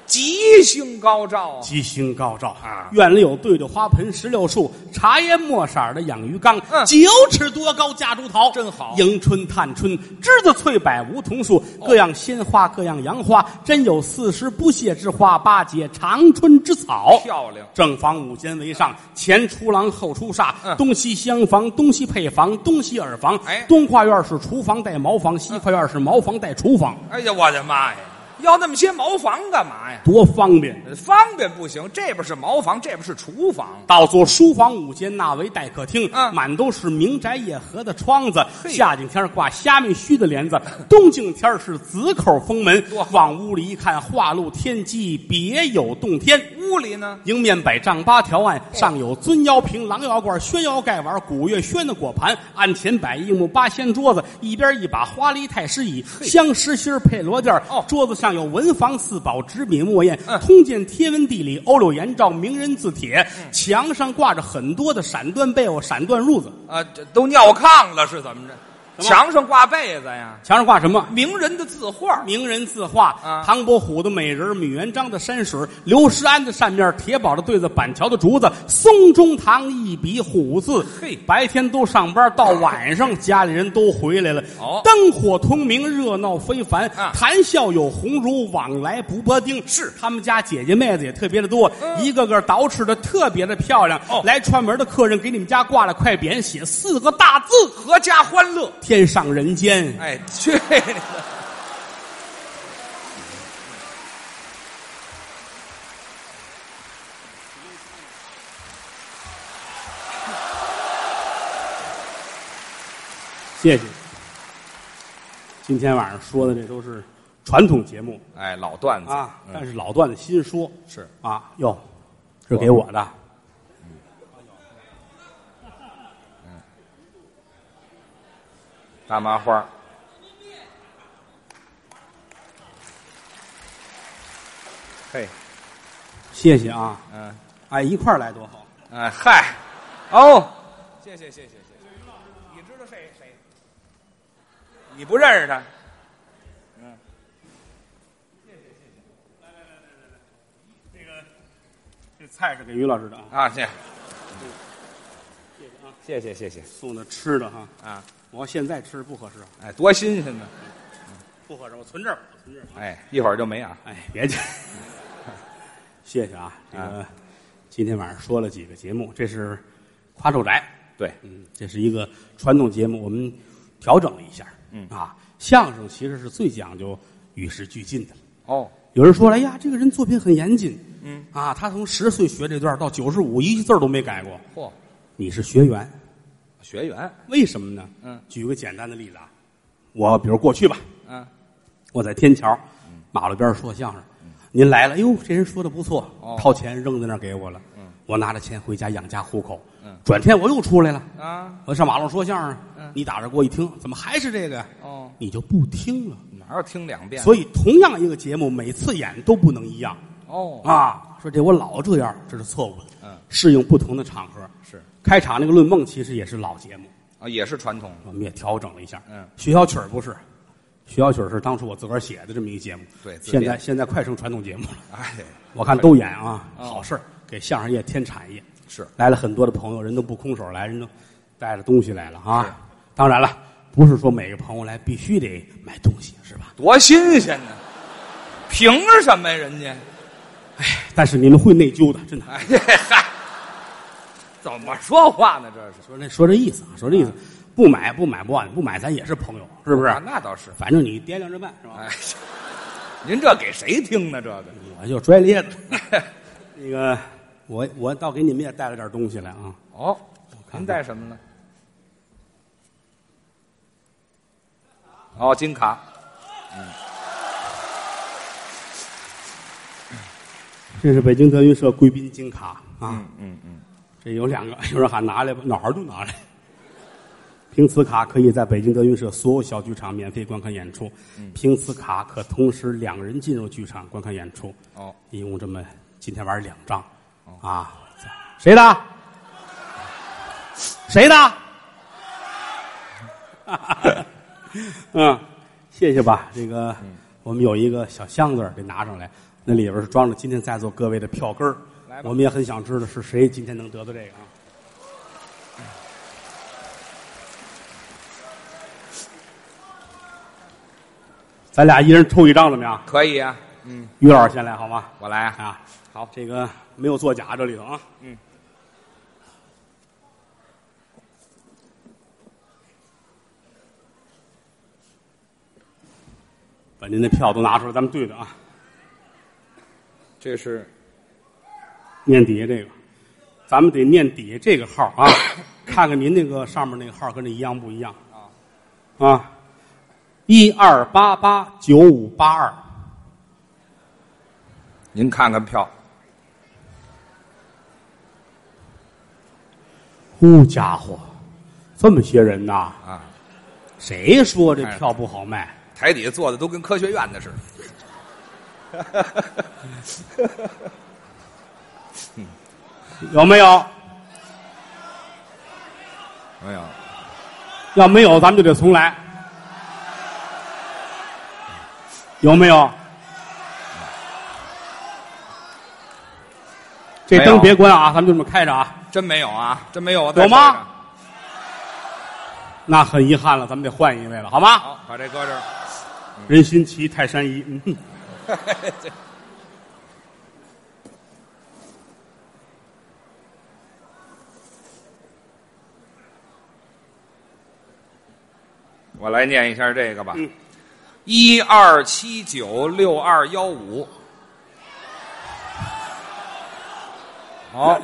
Speaker 3: 吉星高照啊！
Speaker 2: 吉星高照
Speaker 3: 啊
Speaker 2: 院里有对着花盆石榴树，茶烟墨色儿的养鱼缸，
Speaker 3: 嗯
Speaker 2: 九尺多高夹竹桃，
Speaker 3: 真好哦
Speaker 2: 迎春、探春、栀子、翠柏、梧桐树，各样鲜花，各样洋花，真有四时不谢之花，八节长春之草。
Speaker 3: 漂亮，
Speaker 2: 正房五间为上，前出廊后出煞，
Speaker 3: 嗯
Speaker 2: 东西厢房，东西配房，东西耳房。
Speaker 3: 哎
Speaker 2: 东跨院是厨房带茅房，西跨院是茅房带厨房，
Speaker 3: 哎呀，我的妈呀，要那么些茅房干嘛呀？
Speaker 2: 多方便！
Speaker 3: 方便不行，这边是茅房，这边是厨房，
Speaker 2: 到左书房五间，那为待客厅，
Speaker 3: 嗯
Speaker 2: 满都是明宅野荷的窗子。
Speaker 3: 嘿
Speaker 2: 夏景天儿挂虾米须的帘 子，冬景天儿是紫口封门
Speaker 3: 多。好
Speaker 2: 往屋里一看，画露天机，别有洞天。
Speaker 3: 屋里呢
Speaker 2: 迎面北丈八条案，上有尊腰瓶、狼腰罐、宣腰盖碗、古月轩的果盘，案前摆一木八仙桌子，一边一把花梨太师椅，香石心儿配罗垫儿
Speaker 3: 哦
Speaker 2: 桌子上有文房四宝、纸笔墨砚、
Speaker 3: 嗯
Speaker 2: 通鉴天文地理、欧柳颜照、名人字帖，墙上挂着很多的闪缎被窝、闪缎褥子，
Speaker 3: 啊，这都尿炕了是怎么着？
Speaker 2: 什么
Speaker 3: 墙上挂被子呀，
Speaker 2: 墙上挂什么？
Speaker 3: 名人的字画，
Speaker 2: 名人字画，
Speaker 3: 啊
Speaker 2: 唐伯虎的美人儿，米元璋的山水儿，刘诗安的扇面儿，铁宝的对子，板桥的竹子，松中堂一笔虎字。
Speaker 3: 嘿
Speaker 2: 白天都上班，到晚上家里人都回来了，
Speaker 3: 哦
Speaker 2: 灯火通明，热闹非凡，
Speaker 3: 啊
Speaker 2: 谈笑有鸿儒，往来不拨丁。
Speaker 3: 是
Speaker 2: 他们家姐姐妹子也特别的多，
Speaker 3: 嗯
Speaker 2: 一个个捯饬的特别的漂亮。
Speaker 3: 哦
Speaker 2: 来串门的客人给你们家挂了块匾，写四个大字
Speaker 3: 阖家欢乐。
Speaker 2: “天上人间”。
Speaker 3: 哎，去 你的！
Speaker 2: 谢谢。今天晚上说的这都是传统节目
Speaker 3: 哎，老段子
Speaker 2: 啊，
Speaker 3: 嗯
Speaker 2: 但是老段子新说
Speaker 3: 是
Speaker 2: 啊，哟，是给我的。
Speaker 3: 大麻花。嘿，
Speaker 2: 谢谢啊，
Speaker 3: 嗯，
Speaker 2: 哎，一块儿来多好。
Speaker 3: 哎嗨，哦，谢谢谢谢谢谢，你知道谁谁？你不认识他？
Speaker 2: 这菜是给于老师的啊，
Speaker 3: 啊，这，
Speaker 2: 嗯
Speaker 3: 谢谢谢谢
Speaker 2: 送的吃的哈。
Speaker 3: 啊，
Speaker 2: 我要现在吃不合适啊，
Speaker 3: 哎，多新鲜呢！
Speaker 2: 不合适，我存这儿，我存这儿。
Speaker 3: 哎，一会儿就没啊。
Speaker 2: 哎，别介， 谢谢啊。这个今天晚上说了几个节目，这是夸住宅，
Speaker 3: 对，
Speaker 2: 嗯，这是一个传统节目，我们调整了一下，嗯啊，相声其实是最讲究与时俱进的。
Speaker 3: 哦，
Speaker 2: 有人说了，哎呀，这个人作品很严谨，
Speaker 3: 嗯
Speaker 2: 啊，他从十岁学这段到九十五，一字儿都没改过。
Speaker 3: 嚯，
Speaker 2: 你是学员，
Speaker 3: 学员，
Speaker 2: 为什么呢？
Speaker 3: 嗯，
Speaker 2: 举个简单的例子啊，我比如过去吧，
Speaker 3: 嗯，
Speaker 2: 我在天桥马路边儿说相声，您来了，哎呦，这人说的不错
Speaker 3: 哦，嗯
Speaker 2: 掏钱扔在那儿给我了，我拿着钱回家养家糊口，转天我又出来了，
Speaker 3: 啊，
Speaker 2: 我上马路说相
Speaker 3: 嗯
Speaker 2: 声，你打着过一听，怎么还是这个呀？
Speaker 3: 哦，
Speaker 2: 你就不听了。
Speaker 3: 哪有听两遍？
Speaker 2: 所以同样一个节目，每次演都不能一样
Speaker 3: 哦，
Speaker 2: 啊。说这我老这样，这是错误的。
Speaker 3: 嗯，
Speaker 2: 适应不同的场合。
Speaker 3: 是
Speaker 2: 开场那个论梦其实也是老节目，
Speaker 3: 啊，也是传统。
Speaker 2: 我们也调整了一下。
Speaker 3: 嗯
Speaker 2: 学校曲儿不是，学校曲儿是当初我自个儿写的这么一节目。
Speaker 3: 对自
Speaker 2: 现
Speaker 3: 编
Speaker 2: 在现在快成传统节目了，
Speaker 3: 哎，
Speaker 2: 我看都演啊，
Speaker 3: 哦
Speaker 2: 好事儿，给相声业添产业。
Speaker 3: 是
Speaker 2: 来了很多的朋友，人都不空手来，人都带着东西来了啊。当然了，不是说每个朋友来必须得买东西，是吧？
Speaker 3: 多新鲜呢！凭什么呀？人家？
Speaker 2: 但是你们会内疚的，真的。
Speaker 3: 哎嗨， 怎么说话呢？这是
Speaker 2: 说这说这意思啊，说这意思，不买不买不按，不买咱也是朋友，是不是
Speaker 3: 啊？？那倒是。
Speaker 2: 反正你掂量着办，是吧？
Speaker 3: 哎，您这给谁听呢？这个
Speaker 2: 我就拽咧子。 那个，我我倒给你们也带了点东西来啊。
Speaker 3: 哦，
Speaker 2: 看
Speaker 3: 您带什么呢？哦，金卡，
Speaker 2: 这是北京德云社贵宾金卡啊，
Speaker 3: 嗯嗯嗯，
Speaker 2: 这有两个， 有人喊拿来吧，哪儿都拿来。凭此卡可以在北京德云社所有小剧场免费观看演出，
Speaker 3: 嗯
Speaker 2: 凭此卡可同时两人进入剧场观看演出。
Speaker 3: 哦，
Speaker 2: 一共这么今天玩儿两张，啊，谁的？谁的？ 嗯，谢谢吧。这个
Speaker 3: 嗯
Speaker 2: 我们有一个小箱子儿给拿上来，那里边儿是装着今天在座各位的票根儿
Speaker 3: 来。吧
Speaker 2: 我们也很想知道是谁今天能得到这个啊。咱俩一人抽一张怎么样？
Speaker 3: 可以啊，嗯，
Speaker 2: 于老师先来好吗？
Speaker 3: 我来啊，
Speaker 2: 啊，好，这个没有作假这里头啊。
Speaker 3: 嗯。
Speaker 2: 把您的票都拿出来，咱们对对啊。
Speaker 3: 这是
Speaker 2: 念底下这个，咱们得念底下这个号啊，看看您那个上面那个号跟这一样不一样
Speaker 3: 啊？
Speaker 2: 啊，一二八八九五八二，
Speaker 3: 您看看票，
Speaker 2: 好家伙，这么些人呐
Speaker 3: 啊！哎
Speaker 2: 谁说这票不好卖？
Speaker 3: 台底下坐的都跟科学院的似的。
Speaker 2: 有没有？
Speaker 3: 没有，
Speaker 2: 要没有，咱们就得重来。有没有？这
Speaker 3: 没
Speaker 2: 灯
Speaker 3: 有
Speaker 2: 别关啊，咱们就这么开着啊。
Speaker 3: 真没有啊，真没有。我再
Speaker 2: 有吗
Speaker 3: 说一张？
Speaker 2: 那很遗憾了，咱们得换一位了，好吗？
Speaker 3: 好，把这搁这儿。
Speaker 2: 任心齐、泰山一，嗯哼，
Speaker 3: 这我来念一下这个吧
Speaker 2: 嗯，
Speaker 3: 一二七九六二幺五。好，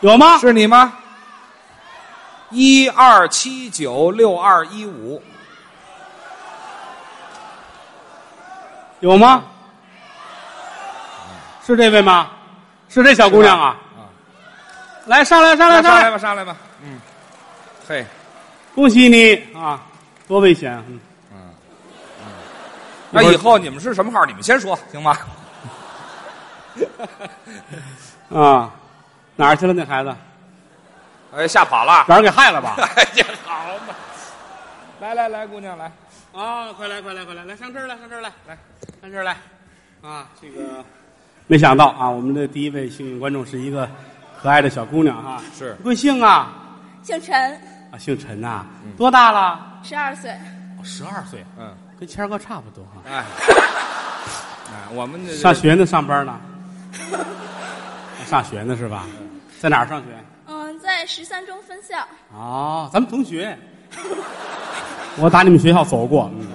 Speaker 2: 有吗？
Speaker 3: 是你吗？一二七九六二一五，
Speaker 2: 有吗？
Speaker 3: 嗯
Speaker 2: 是这位吗？是这小姑娘啊？来，上来，上来，
Speaker 3: 嗯那上
Speaker 2: 上
Speaker 3: 来
Speaker 2: 来！
Speaker 3: 吧，上来吧。嗯，嘿，
Speaker 2: 恭喜你啊！多危险！嗯
Speaker 3: 那
Speaker 2: 一会儿
Speaker 3: 以后你们是什么号？你们先说行吗？
Speaker 2: 啊，哪儿去了那孩子？
Speaker 3: 哎，吓 跑了。
Speaker 2: 让人给害了吧？
Speaker 3: 哎呀，好嘛！来来来，姑娘来，
Speaker 2: 啊，快来快来快来，来上这儿来，上这儿来，来上这儿来，啊，这个没想到啊，我们的第一位幸运观众是一个可爱的小姑娘啊，
Speaker 3: 是
Speaker 2: 贵姓啊？
Speaker 1: 姓陈，
Speaker 2: 啊，姓陈呐、多大了？哦
Speaker 4: 十二岁，
Speaker 2: 十二岁，
Speaker 3: 嗯，
Speaker 2: 跟谦儿哥差不多啊。
Speaker 3: 哎，哎，我们这
Speaker 2: 上学呢，上班 呢？上学呢是吧？在哪儿上学？
Speaker 4: 嗯，在十三中分校，
Speaker 2: 啊，咱们同学。 我打你们学校走过。嗯，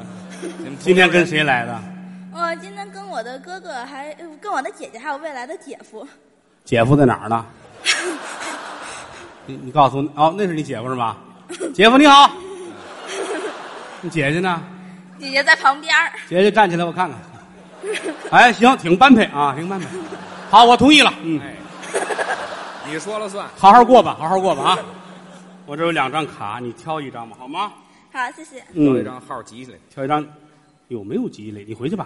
Speaker 3: 你们同
Speaker 2: 今天跟谁来的？
Speaker 4: 我今天跟我的哥哥还呃跟我的姐姐还有未来的姐夫，
Speaker 2: 姐夫在哪儿 呢？你你告诉我，哦，那是你姐夫是吧？姐夫你好。你姐姐呢？
Speaker 4: 姐姐在旁边儿。
Speaker 2: 姐姐站起来，我看看。哎，行，挺般配啊，挺般配。好，我同意了。嗯，
Speaker 3: 哎，你说了算。
Speaker 2: 好好过吧，好好过吧啊！我这有两张卡，你挑一张吧，好吗？
Speaker 4: 好，谢谢。
Speaker 2: 嗯
Speaker 3: 有一张号吉 利，
Speaker 2: 挑一张，有没有吉利？你回去吧。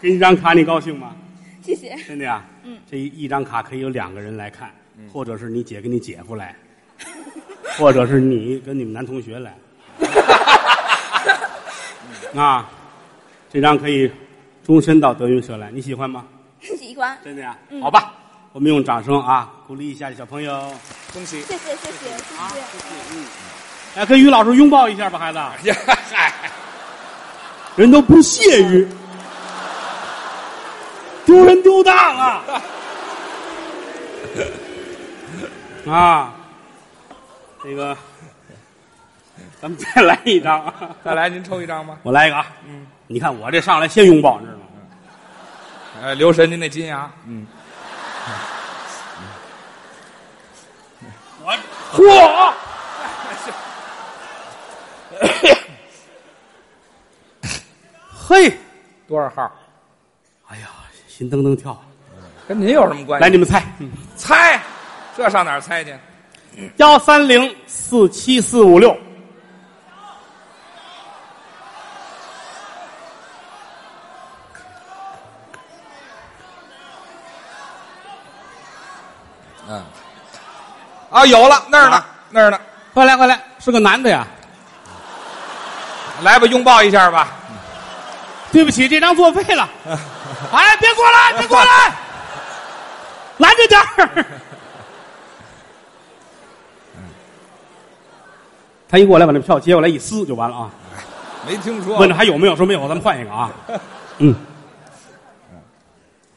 Speaker 2: 给你一张卡，你高兴吗？
Speaker 4: 谢谢。
Speaker 2: 真的呀。嗯。这一一张卡可以有两个人来看，或者是你姐跟你姐夫来，或者是你跟你们男同学来。啊，这张可以终身到德云社来，你喜欢吗？
Speaker 4: 喜欢，
Speaker 2: 真的呀。好吧，我们用掌声啊鼓励一下这小朋友。
Speaker 3: 恭喜！
Speaker 4: 谢谢，谢谢，谢谢。
Speaker 2: 来，哎跟于老师拥抱一下吧，孩子。
Speaker 3: 嗨，
Speaker 2: 人都不屑于，丢人丢大了。 啊，这个，咱们再来一张 啊，
Speaker 3: 再来您抽一张吧。
Speaker 2: 我来一个啊。嗯，你看我这上来先拥抱，你知道吗？
Speaker 3: 哎，留神您那金牙。嗯，
Speaker 2: 我嚯！嘿，
Speaker 3: 多少号？
Speaker 2: 哎呀，心噔噔跳啊。
Speaker 3: 跟您有什么关系？
Speaker 2: 来，你们猜，
Speaker 3: 猜，这上哪儿猜去？
Speaker 2: 幺三零四七四五六。
Speaker 3: 嗯，啊，有了，那儿呢，那儿呢，
Speaker 2: 快来快来，是个男的呀！
Speaker 3: 来吧，拥抱一下吧。
Speaker 2: 对不起，这张作废了。哎，别过来，别过来，拦着点儿。他一过来，把那票接过来一撕就完了啊！
Speaker 3: 没听说
Speaker 2: 问他还有没有，说没有，咱们换一个啊。嗯，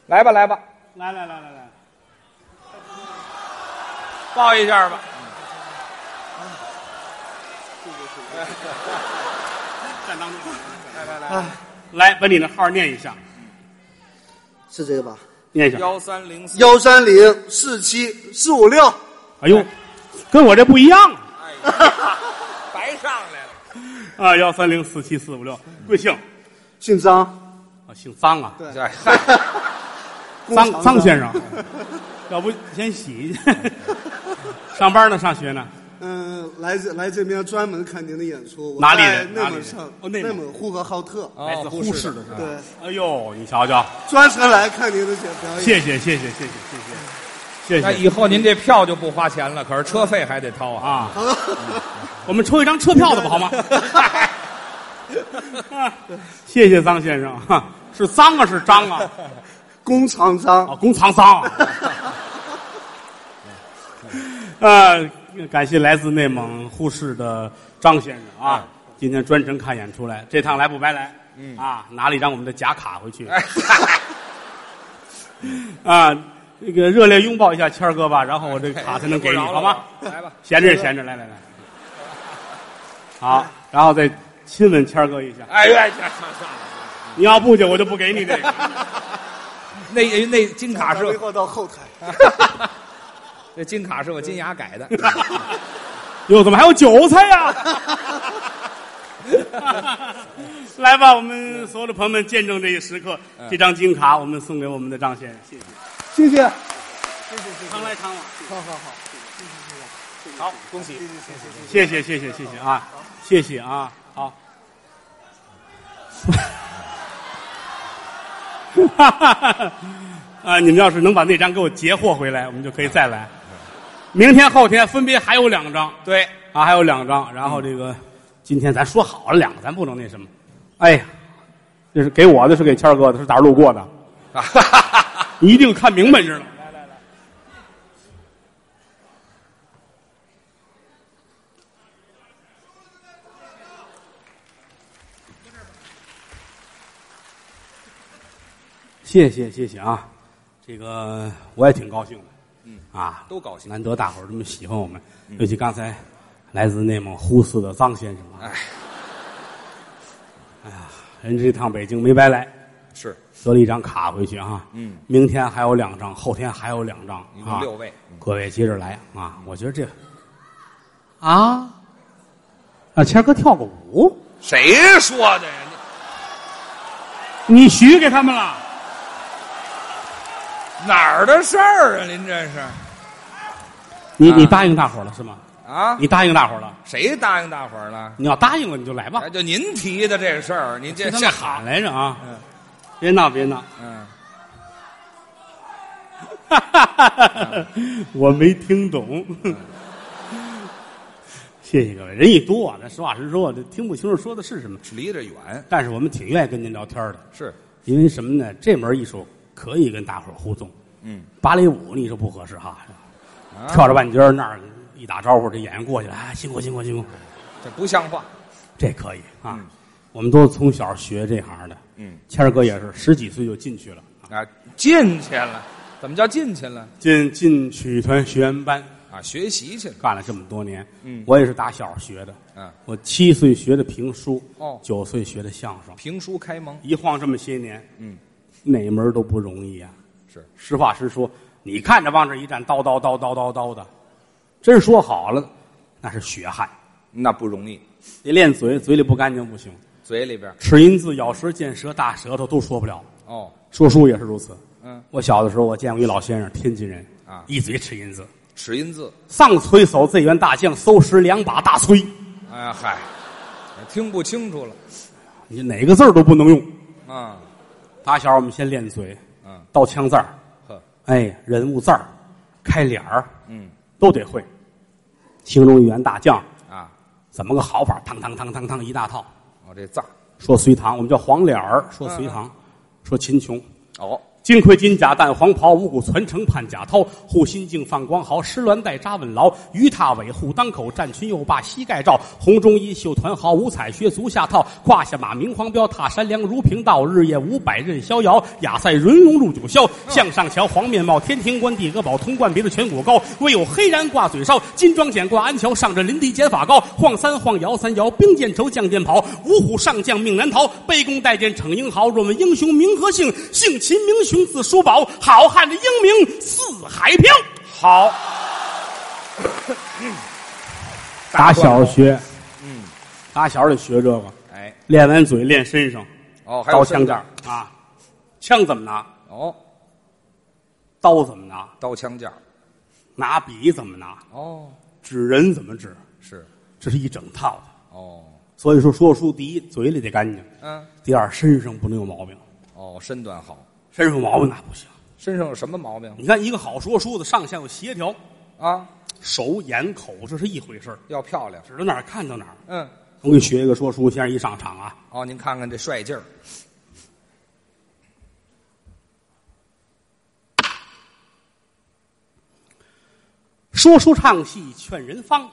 Speaker 3: 来吧，来吧，
Speaker 2: 来来来来来，
Speaker 3: 抱一下吧。
Speaker 2: 站当中，
Speaker 3: 来来来，
Speaker 2: 来把你的号念一下，
Speaker 5: 是这个吧？
Speaker 2: 念一下。
Speaker 3: 幺三零四，
Speaker 5: 幺三零四七四五六，
Speaker 2: 哎呦，跟我这不一样
Speaker 3: 哎呀，白上来了。
Speaker 2: 啊！幺三零四七四五六，贵姓？
Speaker 5: 姓张，
Speaker 2: 啊，姓张啊，
Speaker 5: 对
Speaker 3: 哎嗨，
Speaker 2: 张张先 生，要不先洗去。上班呢，上学呢？
Speaker 5: 嗯、来这来这边专门看您的演出，我
Speaker 2: 哪里
Speaker 5: 在
Speaker 2: 人
Speaker 5: 内
Speaker 2: 哪里
Speaker 5: 蒙
Speaker 2: 人
Speaker 5: 城，
Speaker 2: 哦内
Speaker 5: 内
Speaker 2: 蒙
Speaker 5: 蒙呼和浩特，
Speaker 2: 来自呼市的是吧
Speaker 5: 对，
Speaker 2: 哎呦，你瞧瞧，
Speaker 5: 专程来看您的演表演。
Speaker 2: 谢谢谢谢谢谢谢谢
Speaker 3: 那
Speaker 2: 谢
Speaker 3: 以后您这票就不花钱了，可是车费还得掏啊。
Speaker 2: 啊！我们抽一张车票的吧，好吗？ 谢谢张先生，哈是脏啊是张啊？
Speaker 5: 工厂
Speaker 2: 啊，
Speaker 5: 张，
Speaker 2: 工厂脏。呃，感谢来自内蒙呼市的张先生啊，今天专程看演出来，这趟来不白来。嗯啊，拿了一张我们的假卡回去。
Speaker 3: 哎，嗨
Speaker 2: 啊，这个热烈拥抱一下谦儿哥吧，然后我这个卡才能给 你，
Speaker 3: 哎不饶了
Speaker 2: 好吗？
Speaker 3: 我来吧，
Speaker 2: 闲着也闲着，来来来，好，然后再亲吻谦儿哥一下。
Speaker 3: 哎呀，上上了。
Speaker 2: 你要不去，我就不给你这个。
Speaker 3: 那那金卡是
Speaker 5: 打 电话到后台，
Speaker 3: 那金卡是我金牙改的。
Speaker 2: 哟，怎么还有韭菜呀、 来吧，我们所有的朋友们见证这一时刻。这张金卡我们送给我们的张先生，谢 谢。
Speaker 5: 谢谢，
Speaker 2: 常来常往，
Speaker 5: 好好好，
Speaker 3: 好，恭喜。
Speaker 2: 谢谢谢谢谢谢啊，谢谢啊，好。 啊，你们要是能把那张给我截获回来，我们就可以再来。明天、后天分别还有两张。
Speaker 3: 对，
Speaker 2: 啊，还有两张。然后这个，今天咱说好了两个，咱不能那什么。哎呀，这是给我的，是给谦儿哥的，是打路过的，
Speaker 3: 啊哈哈哈
Speaker 2: 你一定看明白知道。谢谢谢谢啊，这个我也挺高兴的，嗯啊，
Speaker 3: 都高兴嗯
Speaker 2: 难得大伙儿这么喜欢我们，尤其刚才来自内蒙呼市的张先生啊，哎
Speaker 3: 哎，
Speaker 2: 人这趟北京没白来，
Speaker 3: 是
Speaker 2: 得了一张卡回去啊，
Speaker 3: 嗯，
Speaker 2: 明天还有两张，后天还有两张，
Speaker 3: 一
Speaker 2: 啊
Speaker 3: 共六位，嗯
Speaker 2: 各位接着来啊！我觉得这啊，让谦儿哥跳个舞，
Speaker 3: 谁说的呀？
Speaker 2: 你许给他们了？
Speaker 3: 你哪儿的事儿啊？您这是
Speaker 2: 你
Speaker 3: 啊
Speaker 2: 你答应大伙儿了是吗？
Speaker 3: 啊？
Speaker 2: 你答应大伙儿了？
Speaker 3: 谁答应大伙儿了？
Speaker 2: 你要答应了你就来吧
Speaker 3: 哎，。就您提的这事儿，您这
Speaker 2: 跟他
Speaker 3: 这
Speaker 2: 们
Speaker 3: 好
Speaker 2: 喊，来着啊！
Speaker 3: 嗯
Speaker 2: 别闹别 闹，
Speaker 3: 嗯，
Speaker 2: 我没听懂。谢谢各位，人一多啊，咱实话实说，这听不清楚说的是什么，
Speaker 3: 离着远
Speaker 2: 但是我们挺愿意跟您聊天的，
Speaker 3: 是，
Speaker 2: 因为什么呢？这门艺术可以跟大伙儿互动。
Speaker 3: 嗯，
Speaker 2: 芭蕾舞你说不合适哈，
Speaker 3: 啊
Speaker 2: 跳着半截儿那儿一打招呼，这演员过去了，哎，辛苦辛苦辛苦，
Speaker 3: 这不像话，
Speaker 2: 这可以啊。
Speaker 3: 嗯
Speaker 2: 我们都是从小学这行的，
Speaker 3: 嗯
Speaker 2: 谦儿哥也是十几岁就进去了，
Speaker 3: 啊，进去了，怎么叫进去了？
Speaker 2: 进进曲艺团学员班，
Speaker 3: 啊，学习去了，
Speaker 2: 干了这么多年。
Speaker 3: 嗯
Speaker 2: 我也是打小学的，
Speaker 3: 嗯，
Speaker 2: 我七岁学的评书，
Speaker 3: 哦
Speaker 2: 九岁学的相声，
Speaker 3: 评书开蒙，
Speaker 2: 一晃这么些年，
Speaker 3: 嗯，
Speaker 2: 哪门儿都不容易啊。
Speaker 3: 是
Speaker 2: 实话实说，你看着往这一站，叨叨叨叨叨叨的，真说好了，那是血汗。
Speaker 3: 那不容易，
Speaker 2: 得练嘴，嘴里不干净不行，
Speaker 3: 嘴里边儿
Speaker 2: 齿龈字、咬舌、见舌、大舌头都说不了。
Speaker 3: 哦，
Speaker 2: 说书也是如此。
Speaker 3: 嗯，
Speaker 2: 我小的时候，我见过一老先生，天津人
Speaker 3: 啊
Speaker 2: 一嘴齿龈字，
Speaker 3: 齿音字，
Speaker 2: 上崔手这员大将，搜拾两把大锤，
Speaker 3: 哎嗨，听不清楚了
Speaker 2: 你哪个字儿都不能用。
Speaker 3: 啊，
Speaker 2: 打小我们先练嘴，
Speaker 3: 嗯，
Speaker 2: 刀枪字儿，
Speaker 3: 呵，
Speaker 2: 哎，人物字儿，开脸儿
Speaker 3: 嗯
Speaker 2: 都得会。形容一员大将
Speaker 3: 啊，
Speaker 2: 怎么个好法？汤汤汤汤汤一大套。
Speaker 3: 哦这字儿，
Speaker 2: 说隋唐，我们叫黄脸儿；说隋唐，说秦琼，
Speaker 3: 哦，
Speaker 2: 金盔金甲淡黄袍，五谷传承盼甲涛。护心镜放光豪，狮鸾带扎稳牢。鱼踏尾护裆口，战裙又把膝盖罩。红中衣绣团豪，五彩靴足下套。胯下马明黄标，踏山梁如平道。日夜五百仞逍遥，雅塞云龙入九霄。向上瞧，黄面帽，天庭冠地阁宝，铜冠别的颧骨高。唯有黑髯挂嘴哨，金装简挂鞍桥。上阵临敌剪发高，晃三晃摇三摇，兵见愁将见跑。五虎上将命难逃，卑躬待见逞英豪。若问英雄名何姓？姓秦名雄字叔宝，好汉的英名四海飘。
Speaker 3: 好，
Speaker 2: 打小学，嗯，打小就学这个，
Speaker 3: 哎，
Speaker 2: 练完嘴练身上，
Speaker 3: 哦，还有
Speaker 2: 刀枪
Speaker 3: 身
Speaker 2: 这
Speaker 3: 段
Speaker 2: 儿啊，枪怎么拿？
Speaker 3: 哦，
Speaker 2: 刀怎么拿？
Speaker 3: 刀枪架儿，
Speaker 2: 拿笔怎么拿？
Speaker 3: 哦，
Speaker 2: 指人怎么指？
Speaker 3: 是，
Speaker 2: 这是一整套的。
Speaker 3: 哦，
Speaker 2: 所以说，说书第一，嘴里得干净；
Speaker 3: 嗯，
Speaker 2: 第二，身上不能有毛病，
Speaker 3: 哦，身段好，
Speaker 2: 身上有毛病那不行。
Speaker 3: 身上有什么毛病
Speaker 2: 你看，一个好说书的，上下有协调，
Speaker 3: 啊？
Speaker 2: 手、眼、口这是一回事儿
Speaker 3: 要漂亮，
Speaker 2: 指到哪儿看到哪儿。
Speaker 3: 嗯，
Speaker 2: 我给你学一个说书先生一上场啊，
Speaker 3: 哦，您看看这帅劲儿，
Speaker 2: 说书唱戏劝人方，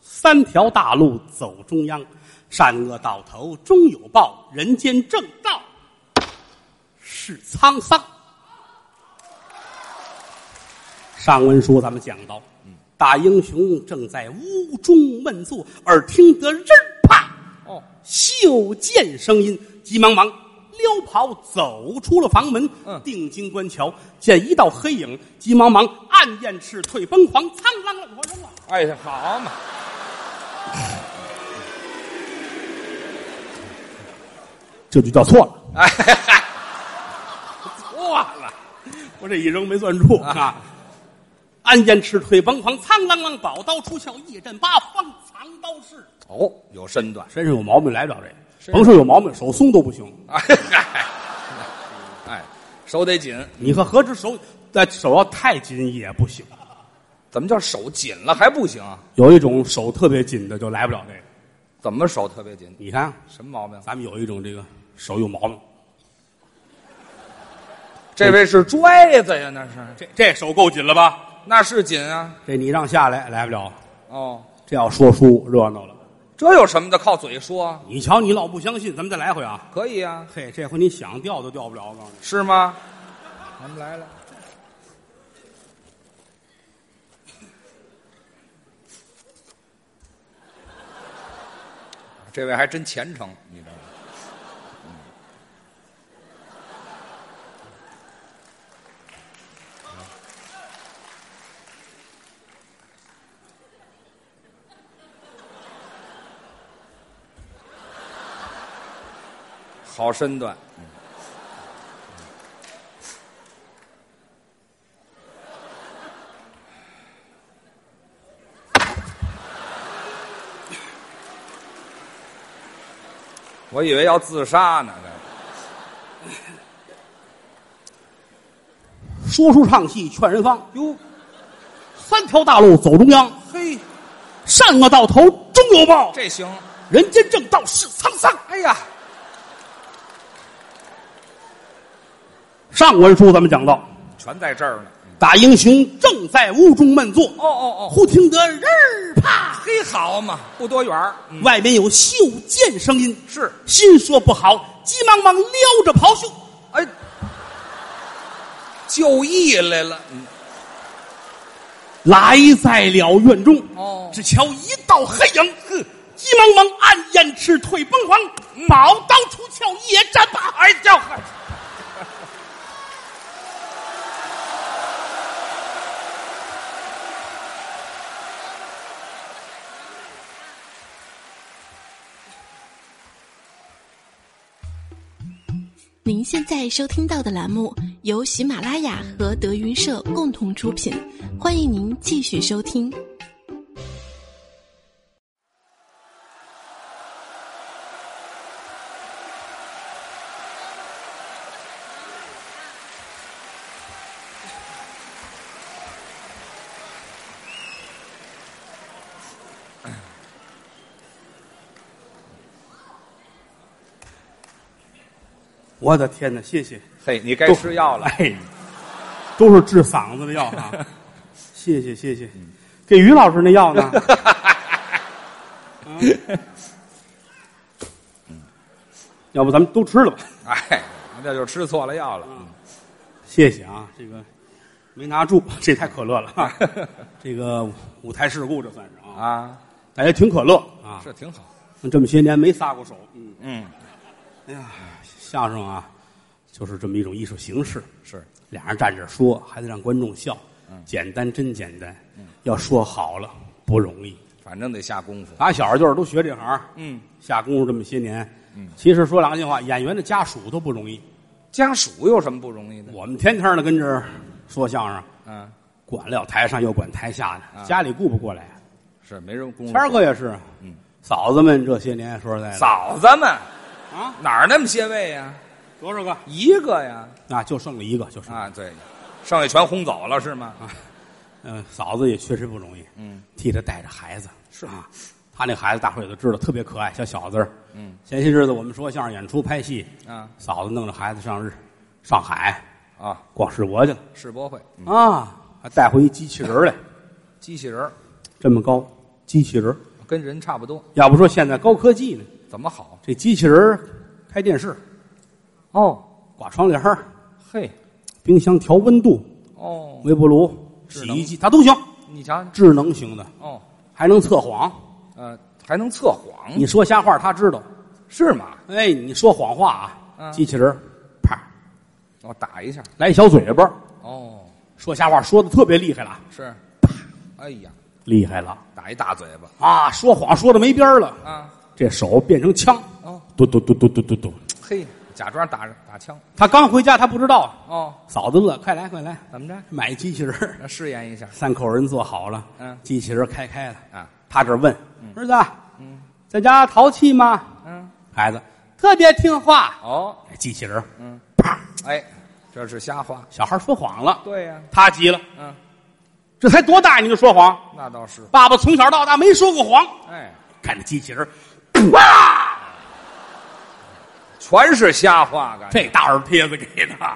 Speaker 2: 三条大路走中央，善恶到头终有报，人间正道是沧桑。上文书咱们讲到，大英雄正在屋中闷坐，耳听得日啪
Speaker 3: 哦，
Speaker 2: 袖剑声音，急忙忙撩袍走出了房门，
Speaker 3: 嗯
Speaker 2: 定睛观瞧，见一道黑影，急忙忙暗燕翅退崩狂，苍啷啷，我扔了。
Speaker 3: 哎呀，好嘛，
Speaker 2: 这就叫错了，
Speaker 3: 哎 嗨，
Speaker 2: 错了，我这一扔没算住啊。暗燕翅退崩狂，苍啷啷，宝刀出鞘，夜战八方，藏刀式。
Speaker 3: 哦，有身段，
Speaker 2: 身上有毛病来不了这
Speaker 3: 是
Speaker 2: 个，甭说有毛病，手松都不行。
Speaker 3: 哎嗨， 哎，手得紧，
Speaker 2: 你和何止手，但手要太紧也不行。
Speaker 3: 怎么叫手紧了还不行啊？
Speaker 2: 有一种手特别紧的就来不了这个。
Speaker 3: 怎么手特别紧？
Speaker 2: 你看，
Speaker 3: 什么毛病？啊
Speaker 2: 咱们有一种这个手有毛病，
Speaker 3: 这位是拽子呀，那是，
Speaker 2: 这这手够紧了吧？
Speaker 3: 那是紧啊，
Speaker 2: 这你让下来来不了，
Speaker 3: 哦，
Speaker 2: 这要说书热闹了。
Speaker 3: 这有什么的？靠嘴说啊
Speaker 2: 你瞧，你老不相信，咱们再来回啊。
Speaker 3: 可以啊，
Speaker 2: 嘿，这回你想掉都掉不了，我告诉你，
Speaker 3: 是吗？咱们来了。这位还真虔诚，你知道吗？嗯好身段，我以为要自杀呢。
Speaker 2: 说书唱戏劝人方，
Speaker 3: 哟，
Speaker 2: 三条大路走中央，
Speaker 3: 嘿，
Speaker 2: 善恶到头终有报，
Speaker 3: 这行。
Speaker 2: 人间正道是沧桑。
Speaker 3: 哎呀，
Speaker 2: 上文书咱们讲到，
Speaker 3: 全在这儿呢。
Speaker 2: 大英雄正在屋中闷坐，
Speaker 3: 哦哦哦，
Speaker 2: 忽听得人儿啪，
Speaker 3: 嘿，好嘛，不多远儿。嗯，
Speaker 2: 外面有袖箭声音，
Speaker 3: 是。
Speaker 2: 心说不好，急忙忙撩着袍袖，
Speaker 3: 哎，就义来了。嗯，
Speaker 2: 来在了院中。
Speaker 3: 哦
Speaker 2: 只瞧一道黑影，哼，嗯急忙忙按燕翅退崩凰，宝刀出鞘夜战罢。哎，叫喊。
Speaker 6: 您现在收听到的栏目由喜马拉雅和德云社共同出品，欢迎您继续收听。
Speaker 2: 我的天哪，谢谢。
Speaker 3: 嘿，你该
Speaker 2: 都
Speaker 3: 吃药了。
Speaker 2: 哎，都是治嗓子的药 啊。谢谢谢谢，给于老师那药 呢？啊要不咱们都吃了吧？
Speaker 3: 哎，那就吃错了药了。
Speaker 2: 嗯谢谢啊，这个没拿住， 这太可乐了 啊！这个舞台事故这算是啊，
Speaker 3: 啊，
Speaker 2: 大家挺可乐啊，
Speaker 3: 这挺好。
Speaker 2: 这么些年没撒过手，嗯，哎
Speaker 3: 嗯，
Speaker 2: 相声啊，就是这么一种艺术形式，
Speaker 3: 是
Speaker 2: 俩人站着说，还得让观众笑，简单真简单，要说好了不容易，
Speaker 3: 反正得下功夫。
Speaker 2: 打小就是都学这行，
Speaker 3: 嗯，
Speaker 2: 下功夫这么些年，嗯，其实说良心话，演员的家属都不容易，
Speaker 3: 家属有什么不容易的？
Speaker 2: 我们天天的跟这儿说相声，
Speaker 3: 嗯，
Speaker 2: 管了台上又管台下
Speaker 3: 啊
Speaker 2: 的，家里顾不过来。啊
Speaker 3: 是没什么功夫
Speaker 2: 谦。儿哥也是，嗯，嫂子们这些年说实在的，
Speaker 3: 嫂子们
Speaker 2: 啊，
Speaker 3: 哪儿那么些位呀？
Speaker 2: 多少个
Speaker 3: 一个呀。
Speaker 2: 啊？就剩了一个，就是
Speaker 3: 啊，对，剩下全轰走了是吗？
Speaker 2: 嗯，嫂子也确实不容易，
Speaker 3: 嗯，
Speaker 2: 替她带着孩子
Speaker 3: 是
Speaker 2: 啊，她那孩子大伙儿也都知道，特别可爱，小小子儿。
Speaker 3: 嗯，
Speaker 2: 前些日子我们说相声演出拍戏，
Speaker 3: 啊
Speaker 2: 嫂子弄着孩子上日上海
Speaker 3: 啊，
Speaker 2: 逛世博去了
Speaker 3: 世博会，嗯
Speaker 2: 啊，还带回一机器人儿 来，
Speaker 3: 机器人儿
Speaker 2: 这么高机器人儿，
Speaker 3: 跟人差不多，
Speaker 2: 要不说现在高科技呢，
Speaker 3: 怎么好？
Speaker 2: 这机器人儿开电视、
Speaker 3: 哦，
Speaker 2: 挂窗帘儿、
Speaker 3: 嘿，
Speaker 2: 冰箱调温度、
Speaker 3: 哦，
Speaker 2: 微波炉、洗
Speaker 3: 智能
Speaker 2: 衣机，它都行，
Speaker 3: 你瞧瞧，
Speaker 2: 智能型的，
Speaker 3: 哦，
Speaker 2: 还能测谎，
Speaker 3: 呃，还能测谎，
Speaker 2: 你说瞎话它知道。
Speaker 3: 是吗？
Speaker 2: 哎，你说谎话啊！
Speaker 3: 嗯
Speaker 2: 机器人儿啪
Speaker 3: 我打一下，
Speaker 2: 来一小嘴巴，
Speaker 3: 哦，
Speaker 2: 说瞎话说的特别厉害了，
Speaker 3: 是，哎呀，
Speaker 2: 厉害了
Speaker 3: 打一大嘴巴
Speaker 2: 啊！说谎说的没边儿了，
Speaker 3: 啊，
Speaker 2: 这手变成枪，
Speaker 3: 哦，
Speaker 2: 嘟嘟嘟嘟嘟嘟嘟。
Speaker 3: 嘿，假装打打枪，
Speaker 2: 他刚回家，他不知道，
Speaker 3: 哦，
Speaker 2: 嫂子乐，快来快来，
Speaker 3: 怎么着？
Speaker 2: 买机器人儿。
Speaker 3: 那试验一下
Speaker 2: 三口人坐好了，
Speaker 3: 嗯
Speaker 2: 机器人儿开开了，
Speaker 3: 啊，
Speaker 2: 他这问儿子，啊在家淘气吗？
Speaker 3: 嗯，
Speaker 2: 孩子特别听话。
Speaker 3: 哦，
Speaker 2: 机器人儿
Speaker 3: 嗯，
Speaker 2: 啪，
Speaker 3: 哎，这是瞎话，
Speaker 2: 小孩儿说谎了，
Speaker 3: 对呀，
Speaker 2: 他急了，
Speaker 3: 嗯，
Speaker 2: 这才多大你就说谎？
Speaker 3: 那倒是，
Speaker 2: 爸爸从小到大没说过谎。
Speaker 3: 哎，
Speaker 2: 看这机器人儿，哇！
Speaker 3: 全是瞎话，感觉
Speaker 2: 这大耳贴子给他，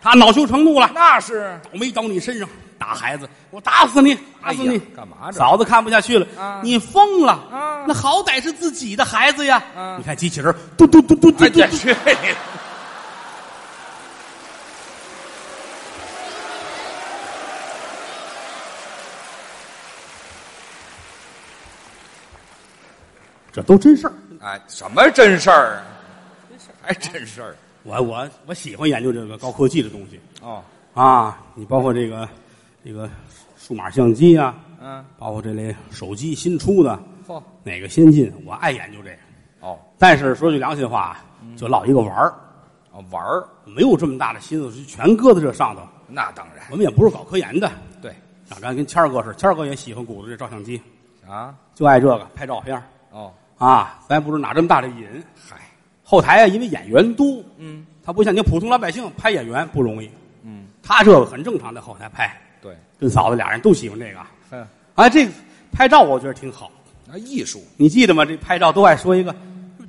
Speaker 2: 他恼羞成怒了，
Speaker 3: 那 是
Speaker 2: 倒霉倒你身上，打孩子，我打死你，打死你！
Speaker 3: 哎呀干嘛这
Speaker 2: 嫂子看不下去了，
Speaker 3: 啊
Speaker 2: 你疯了！
Speaker 3: 啊
Speaker 2: 那好歹是自己的孩子呀！
Speaker 3: 啊
Speaker 2: 你看机器人儿，嘟嘟嘟嘟嘟
Speaker 3: 哎
Speaker 2: 嘟
Speaker 3: 呀
Speaker 2: 嘟，
Speaker 3: 去你的！
Speaker 2: 这都真事儿。
Speaker 3: 哎，什么真事儿啊？还真事儿
Speaker 2: 我我我喜欢研究这个高科技的东西
Speaker 3: 哦，
Speaker 2: 啊，你包括这个这个数码相机啊，
Speaker 3: 嗯，
Speaker 2: 包括这类手机新出的
Speaker 3: 嚯，
Speaker 2: 哪个先进，我爱研究这个。
Speaker 3: 哦
Speaker 2: 但是说句良心话，啊
Speaker 3: 嗯
Speaker 2: 就落一个玩儿，
Speaker 3: 哦，玩儿，
Speaker 2: 没有这么大的心思去全搁在这上头。
Speaker 3: 那当然
Speaker 2: 我们也不是搞科研的，
Speaker 3: 对
Speaker 2: 长咱跟谦儿哥似的，谦儿哥也喜欢鼓捣这照相机，
Speaker 3: 啊，
Speaker 2: 就爱这个拍照片儿
Speaker 3: 哦，
Speaker 2: 啊。咱也不是哪这么大的瘾，
Speaker 3: 嗨，
Speaker 2: 后台啊，因为演员多，
Speaker 3: 嗯
Speaker 2: 他不像你普通老百姓拍演员不容易，
Speaker 3: 嗯，
Speaker 2: 他这个很正常，在后台拍。
Speaker 3: 对，
Speaker 2: 跟嫂子俩人都喜欢这个，
Speaker 3: 哼，
Speaker 2: 啊，这个拍照我觉得挺好。
Speaker 3: 那艺术，
Speaker 2: 你记得吗？这拍照都爱说一个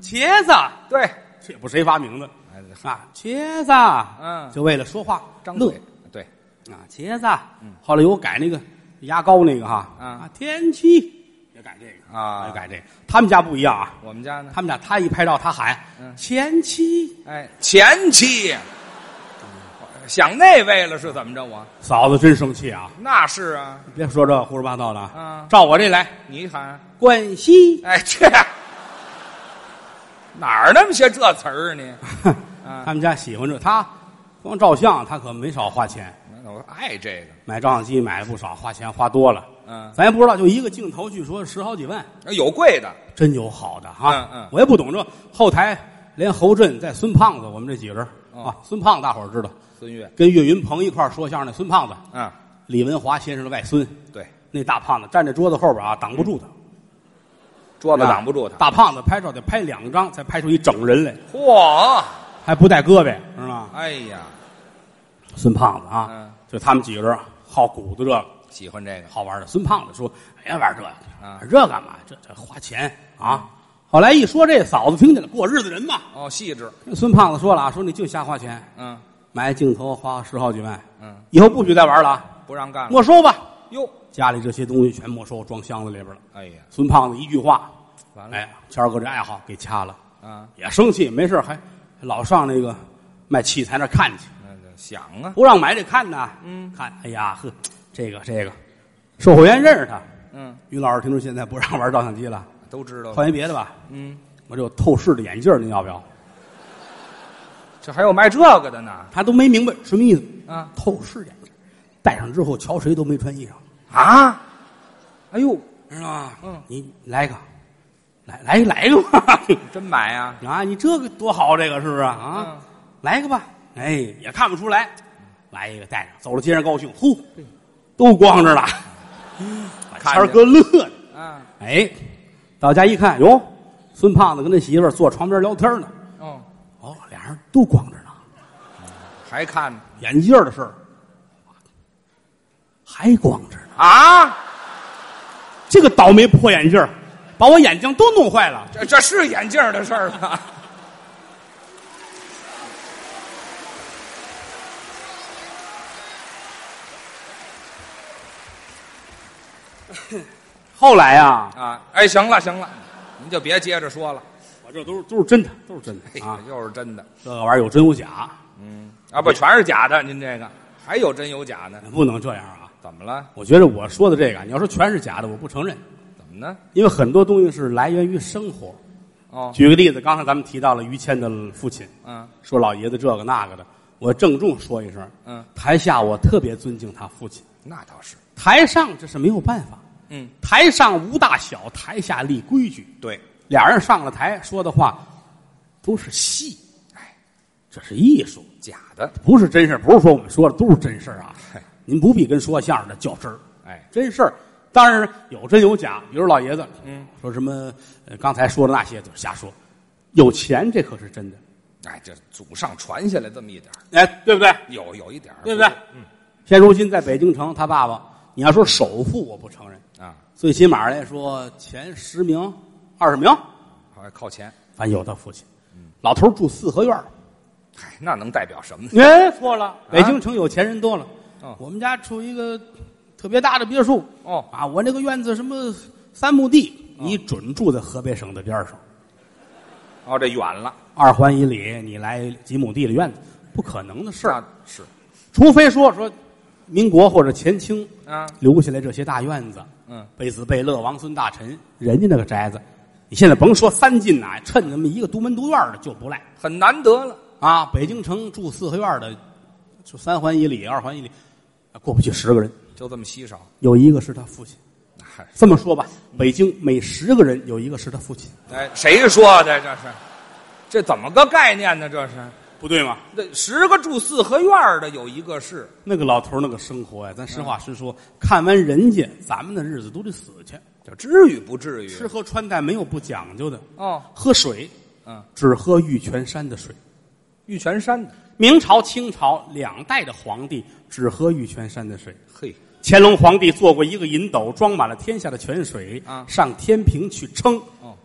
Speaker 2: 茄子，
Speaker 3: 对，
Speaker 2: 这也不是谁发明的
Speaker 3: 哎，
Speaker 2: 啊，茄子，
Speaker 3: 嗯
Speaker 2: 就为了说话
Speaker 3: 张
Speaker 2: 乐
Speaker 3: 嘴，嗯对，
Speaker 2: 啊，茄子。后来有改那个牙膏那个哈，
Speaker 3: 啊，
Speaker 2: 天气也改这个
Speaker 3: 啊
Speaker 2: 也改这个。他们家不一样啊，
Speaker 3: 我们家呢，
Speaker 2: 他们家他一拍照他喊
Speaker 3: 嗯
Speaker 2: 前妻，
Speaker 3: 哎，前妻，想那位了是怎么着？我
Speaker 2: 嫂子真生气啊！
Speaker 3: 那是啊，
Speaker 2: 别说这胡说八道的
Speaker 3: 啊
Speaker 2: 照我这来，
Speaker 3: 你喊，
Speaker 2: 冠希，
Speaker 3: 哎，这哪儿那么些这词儿啊你？啊
Speaker 2: 他们家喜欢这，他光照相他可没少花钱，
Speaker 3: 我爱这个，
Speaker 2: 买照相机买了不少，花钱花多了。
Speaker 3: 嗯，
Speaker 2: 咱也不知道，就一个镜头，据说十好几万，
Speaker 3: 有贵的，
Speaker 2: 真有好的哈、啊
Speaker 3: 嗯嗯
Speaker 2: 我也不懂这后台，连侯震在孙胖子，我们这几个人、
Speaker 3: 哦
Speaker 2: 啊，孙胖子大伙儿知道，
Speaker 3: 孙越，
Speaker 2: 跟岳云鹏一块儿说相声的孙胖子，
Speaker 3: 嗯，
Speaker 2: 李文华先生的外孙，
Speaker 3: 对，
Speaker 2: 那大胖子站在桌子后边啊，挡不住他，
Speaker 3: 桌子
Speaker 2: 啊
Speaker 3: 哦挡不住他。
Speaker 2: 大胖子拍照得拍两张才拍出一整人来，
Speaker 3: 嚯，
Speaker 2: 还不带胳膊，知道吗？
Speaker 3: 哎呀，
Speaker 2: 孙胖子啊，
Speaker 3: 嗯
Speaker 2: 就他们几个人啊好鼓捣这个
Speaker 3: 喜欢这个，
Speaker 2: 好玩的。孙胖子说：“哎呀，玩这个，
Speaker 3: 啊
Speaker 2: 玩这干嘛？这这花钱啊！”后来一说这，嫂子听见了，过日子人嘛。
Speaker 3: 哦，细致，
Speaker 2: 孙胖子说了啊，说你净瞎花钱，
Speaker 3: 嗯
Speaker 2: 买镜头花十好几万，
Speaker 3: 嗯，
Speaker 2: 以后不许再玩了啊，
Speaker 3: 不让干了。
Speaker 2: 没收吧。
Speaker 3: 哟，
Speaker 2: 家里这些东西全没收，装箱子里边了。
Speaker 3: 哎呀，
Speaker 2: 孙胖子一句话，
Speaker 3: 完了，
Speaker 2: 哎，谦儿哥这爱好给掐了，
Speaker 3: 啊，
Speaker 2: 也生气，没事儿还老上那个卖器材那儿看去，
Speaker 3: 那就想啊，
Speaker 2: 不让买这看呢。
Speaker 3: 嗯
Speaker 2: 看，哎呀呵，这个这个，售货员认识他。
Speaker 3: 嗯，
Speaker 2: 于老师听说现在不让玩照相机了，
Speaker 3: 都知道了，
Speaker 2: 换一别的吧。
Speaker 3: 呃嗯，
Speaker 2: 我这有透视的眼镜儿，您要不要？
Speaker 3: 这还有卖这个的呢，
Speaker 2: 他都没明白什么意思。
Speaker 3: 啊
Speaker 2: 透视眼镜儿，戴上之后瞧谁都没穿衣裳，
Speaker 3: 啊，哎呦，
Speaker 2: 知道吗？
Speaker 3: 嗯，
Speaker 2: 你来一个，来来一来一个吧。
Speaker 3: 真买啊，
Speaker 2: 啊，你这个多好，这个是不是啊？
Speaker 3: 嗯
Speaker 2: 来一个吧。哎，也看不出来，来一个戴上，走了街上高兴，呼，都光着了。把谦
Speaker 3: 看
Speaker 2: 儿
Speaker 3: 见
Speaker 2: 哥乐的。
Speaker 3: 啊，
Speaker 2: 哎，到家一看，哟，孙胖子跟他媳妇儿坐床边聊天呢。
Speaker 3: 哦，
Speaker 2: 哦，俩人都光着呢，
Speaker 3: 还看呢
Speaker 2: 眼镜儿的事儿还光着呢。
Speaker 3: 啊，
Speaker 2: 这个倒霉破眼镜儿把我眼睛都弄坏了。
Speaker 3: 这这是眼镜儿的事儿吗？
Speaker 2: 后来啊，
Speaker 3: 啊，哎，行了行了，您就别接着说了，
Speaker 2: 我这都是都是真的，都是真的
Speaker 3: 哎呀
Speaker 2: 啊，。
Speaker 3: 又是真的
Speaker 2: 这个玩意儿有真有假，
Speaker 3: 啊，不全是假的，您这个还有真有假呢，
Speaker 2: 不能这样啊。
Speaker 3: 怎么了？
Speaker 2: 我觉得我说的这个，你要说全是假的，我不承认，
Speaker 3: 怎么呢？
Speaker 2: 因为很多东西是来源于生活。
Speaker 3: 哦，
Speaker 2: 举个例子，刚才咱们提到了于谦的父亲，
Speaker 3: 嗯
Speaker 2: 说老爷子这个那个的，我郑重说一声，
Speaker 3: 嗯，
Speaker 2: 台下我特别尊敬他父亲，
Speaker 3: 那倒是，
Speaker 2: 台上这是没有办法，
Speaker 3: 嗯，
Speaker 2: 台上无大小，台下立规矩。
Speaker 3: 对，
Speaker 2: 俩人上了台说的话都是戏，
Speaker 3: 哎，
Speaker 2: 这是艺术，
Speaker 3: 假的，
Speaker 2: 不是真事儿不是说我们说的都是真事儿啊
Speaker 3: 嘿。
Speaker 2: 您不必跟说相声的较真儿，
Speaker 3: 哎，
Speaker 2: 真事儿。当然有真有假，比如老爷子，
Speaker 3: 嗯，
Speaker 2: 说什么、呃刚才说的那些就是瞎说，有钱这可是真的，
Speaker 3: 哎，这祖上传下来这么一点儿，
Speaker 2: 哎，对不对？
Speaker 3: 有有一点儿，
Speaker 2: 对不对？现如今在北京城，他爸爸，你要说首富，我不承认，
Speaker 3: 啊，
Speaker 2: 最起码来说前十名、二十名，
Speaker 3: 好像靠前，
Speaker 2: 反正有他父亲。老头儿住四合院儿，
Speaker 3: 嗨，那能代表什么呢？
Speaker 2: 哎，错了，北京城有钱人多了。
Speaker 3: 哦
Speaker 2: 我们家住一个特别大的别墅，
Speaker 3: 哦，
Speaker 2: 啊，我那个院子什么三亩地，你准住在河北省的边儿上，
Speaker 3: 哦，这远了，
Speaker 2: 二环以里你来几亩地的院子，不可能的事儿。
Speaker 3: 那是
Speaker 2: 除非说说，民国或者前清
Speaker 3: 啊，
Speaker 2: 留下来这些大院子，
Speaker 3: 嗯，
Speaker 2: 贝子贝勒、王孙大臣，人家那个宅子，你现在甭说三进哪，趁咱们一个独门独院的就不赖
Speaker 3: 很难得了。
Speaker 2: 啊！北京城住四合院的，就三环以里、二环以里，啊过不去十个人，
Speaker 3: 就这么稀少。哎
Speaker 2: 有一个是他父亲。
Speaker 3: 嗨
Speaker 2: 这么说吧，北京每十个人有一个是他父亲，
Speaker 3: 哎，谁说的这是？这怎么个概念呢？这是
Speaker 2: 不对吗？
Speaker 3: 那十个住四合院的有一个是，
Speaker 2: 那个老头儿那个生活呀、咱实话实说，看完人家，咱们的日子都得死去。
Speaker 3: 就至于不至于？
Speaker 2: 吃喝穿戴没有不讲究的，
Speaker 3: 哦，
Speaker 2: 喝水，
Speaker 3: 嗯，
Speaker 2: 只喝玉泉山的水。
Speaker 3: 玉泉山的，
Speaker 2: 明朝、清朝两代的皇帝只喝玉泉山的水。
Speaker 3: 嘿，
Speaker 2: 乾隆皇帝做过一个银斗，装满了天下的泉水，
Speaker 3: 啊
Speaker 2: 上天平去称，
Speaker 3: 哦，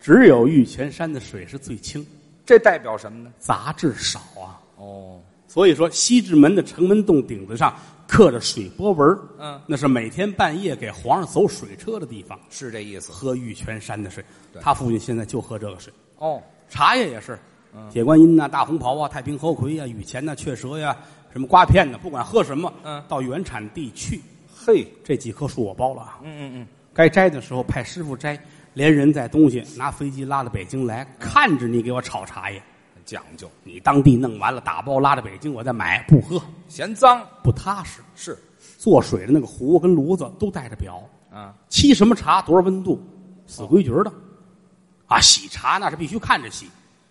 Speaker 2: 只有玉泉山的水是最清，
Speaker 3: 这代表什么呢？
Speaker 2: 杂质少啊。
Speaker 3: 哦，
Speaker 2: 所以说，西直门的城门洞顶子上刻着水波纹儿
Speaker 3: 嗯
Speaker 2: 那是每天半夜给皇上走水车的地方，
Speaker 3: 是这意思。
Speaker 2: 喝玉泉山的水。
Speaker 3: 对
Speaker 2: 他父亲现在就喝这个水，
Speaker 3: 哦，
Speaker 2: 茶叶也是，铁观音呐、大红袍啊、太平猴魁呀、雨前呐、雀舌呀、什么瓜片呐，不管喝什么，
Speaker 3: 嗯
Speaker 2: 到原产地去，
Speaker 3: 嘿，
Speaker 2: 这几棵树我包了啊。
Speaker 3: 嗯嗯嗯，
Speaker 2: 该摘的时候派师傅摘，连人带东西拿飞机拉到北京来，看着你给我炒茶叶，
Speaker 3: 嗯讲究，
Speaker 2: 你当地弄完了打包拉到北京，我再买，不喝
Speaker 3: 嫌脏
Speaker 2: 不踏实。
Speaker 3: 是
Speaker 2: 做水的那个壶跟炉子都带着表，
Speaker 3: 啊，
Speaker 2: 沏什么茶多少温度，死规矩儿的。啊，洗茶那是必须看着洗，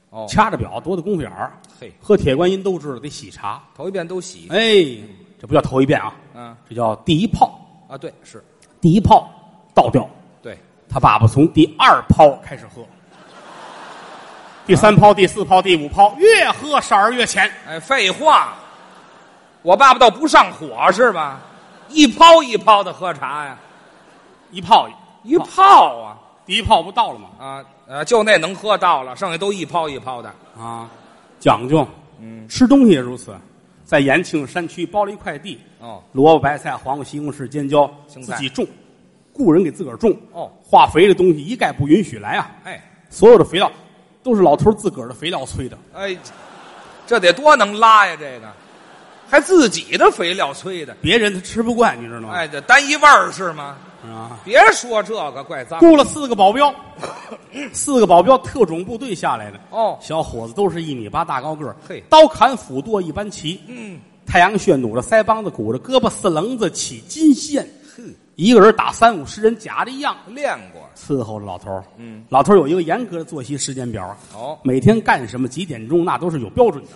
Speaker 3: 哦，
Speaker 2: 掐着表多大功夫眼儿。
Speaker 3: 嘿，
Speaker 2: 喝铁观音都知道得洗茶，
Speaker 3: 头一遍都洗，
Speaker 2: 哎，这不叫头一遍啊，
Speaker 3: 嗯
Speaker 2: 这叫第一泡，
Speaker 3: 啊，对，是，
Speaker 2: 第一泡倒掉。
Speaker 3: 对，
Speaker 2: 他爸爸从第二泡开始喝，第三泡、第四泡、第五泡，越喝色儿越浅。
Speaker 3: 哎，废话，我爸爸倒不上火是吧？一泡一泡的喝茶呀，
Speaker 2: 一泡
Speaker 3: 一泡啊
Speaker 2: 第一泡不到了吗？
Speaker 3: 啊呃，就那能喝到了，剩下都一泡一泡的。
Speaker 2: 啊，讲究，嗯，吃东西也如此。在延庆山区包了一块地，
Speaker 3: 哦，
Speaker 2: 萝卜、白菜、黄瓜、西红柿、尖椒，
Speaker 3: 青
Speaker 2: 自
Speaker 3: 菜
Speaker 2: 己种，雇人给自个儿种。
Speaker 3: 哦
Speaker 2: 化肥的东西一概不允许来啊！
Speaker 3: 哎
Speaker 2: 所有的肥料都是老头儿自个儿的肥料催的。
Speaker 3: 哎，这得多能拉呀！这个还自己的肥料催的，
Speaker 2: 别人他吃不惯，你知道吗？
Speaker 3: 哎，这单一味儿是吗？
Speaker 2: 啊，
Speaker 3: 别说这个，怪脏。
Speaker 2: 雇了四个保镖，四个保镖特种部队下来的。
Speaker 3: 哦
Speaker 2: 小伙子都是一米八大高个儿，
Speaker 3: 嘿
Speaker 2: 刀砍斧剁一般齐。
Speaker 3: 嗯，
Speaker 2: 太阳穴努着腮帮子，鼓着胳膊四棱子起金线。
Speaker 3: 嗯
Speaker 2: 一个人打三五十人，假的一样
Speaker 3: 练过。
Speaker 2: 伺候着老头儿。
Speaker 3: 嗯，
Speaker 2: 老头儿有一个严格的作息时间表，
Speaker 3: 哦，
Speaker 2: 每天干什么，几点钟，那都是有标准的，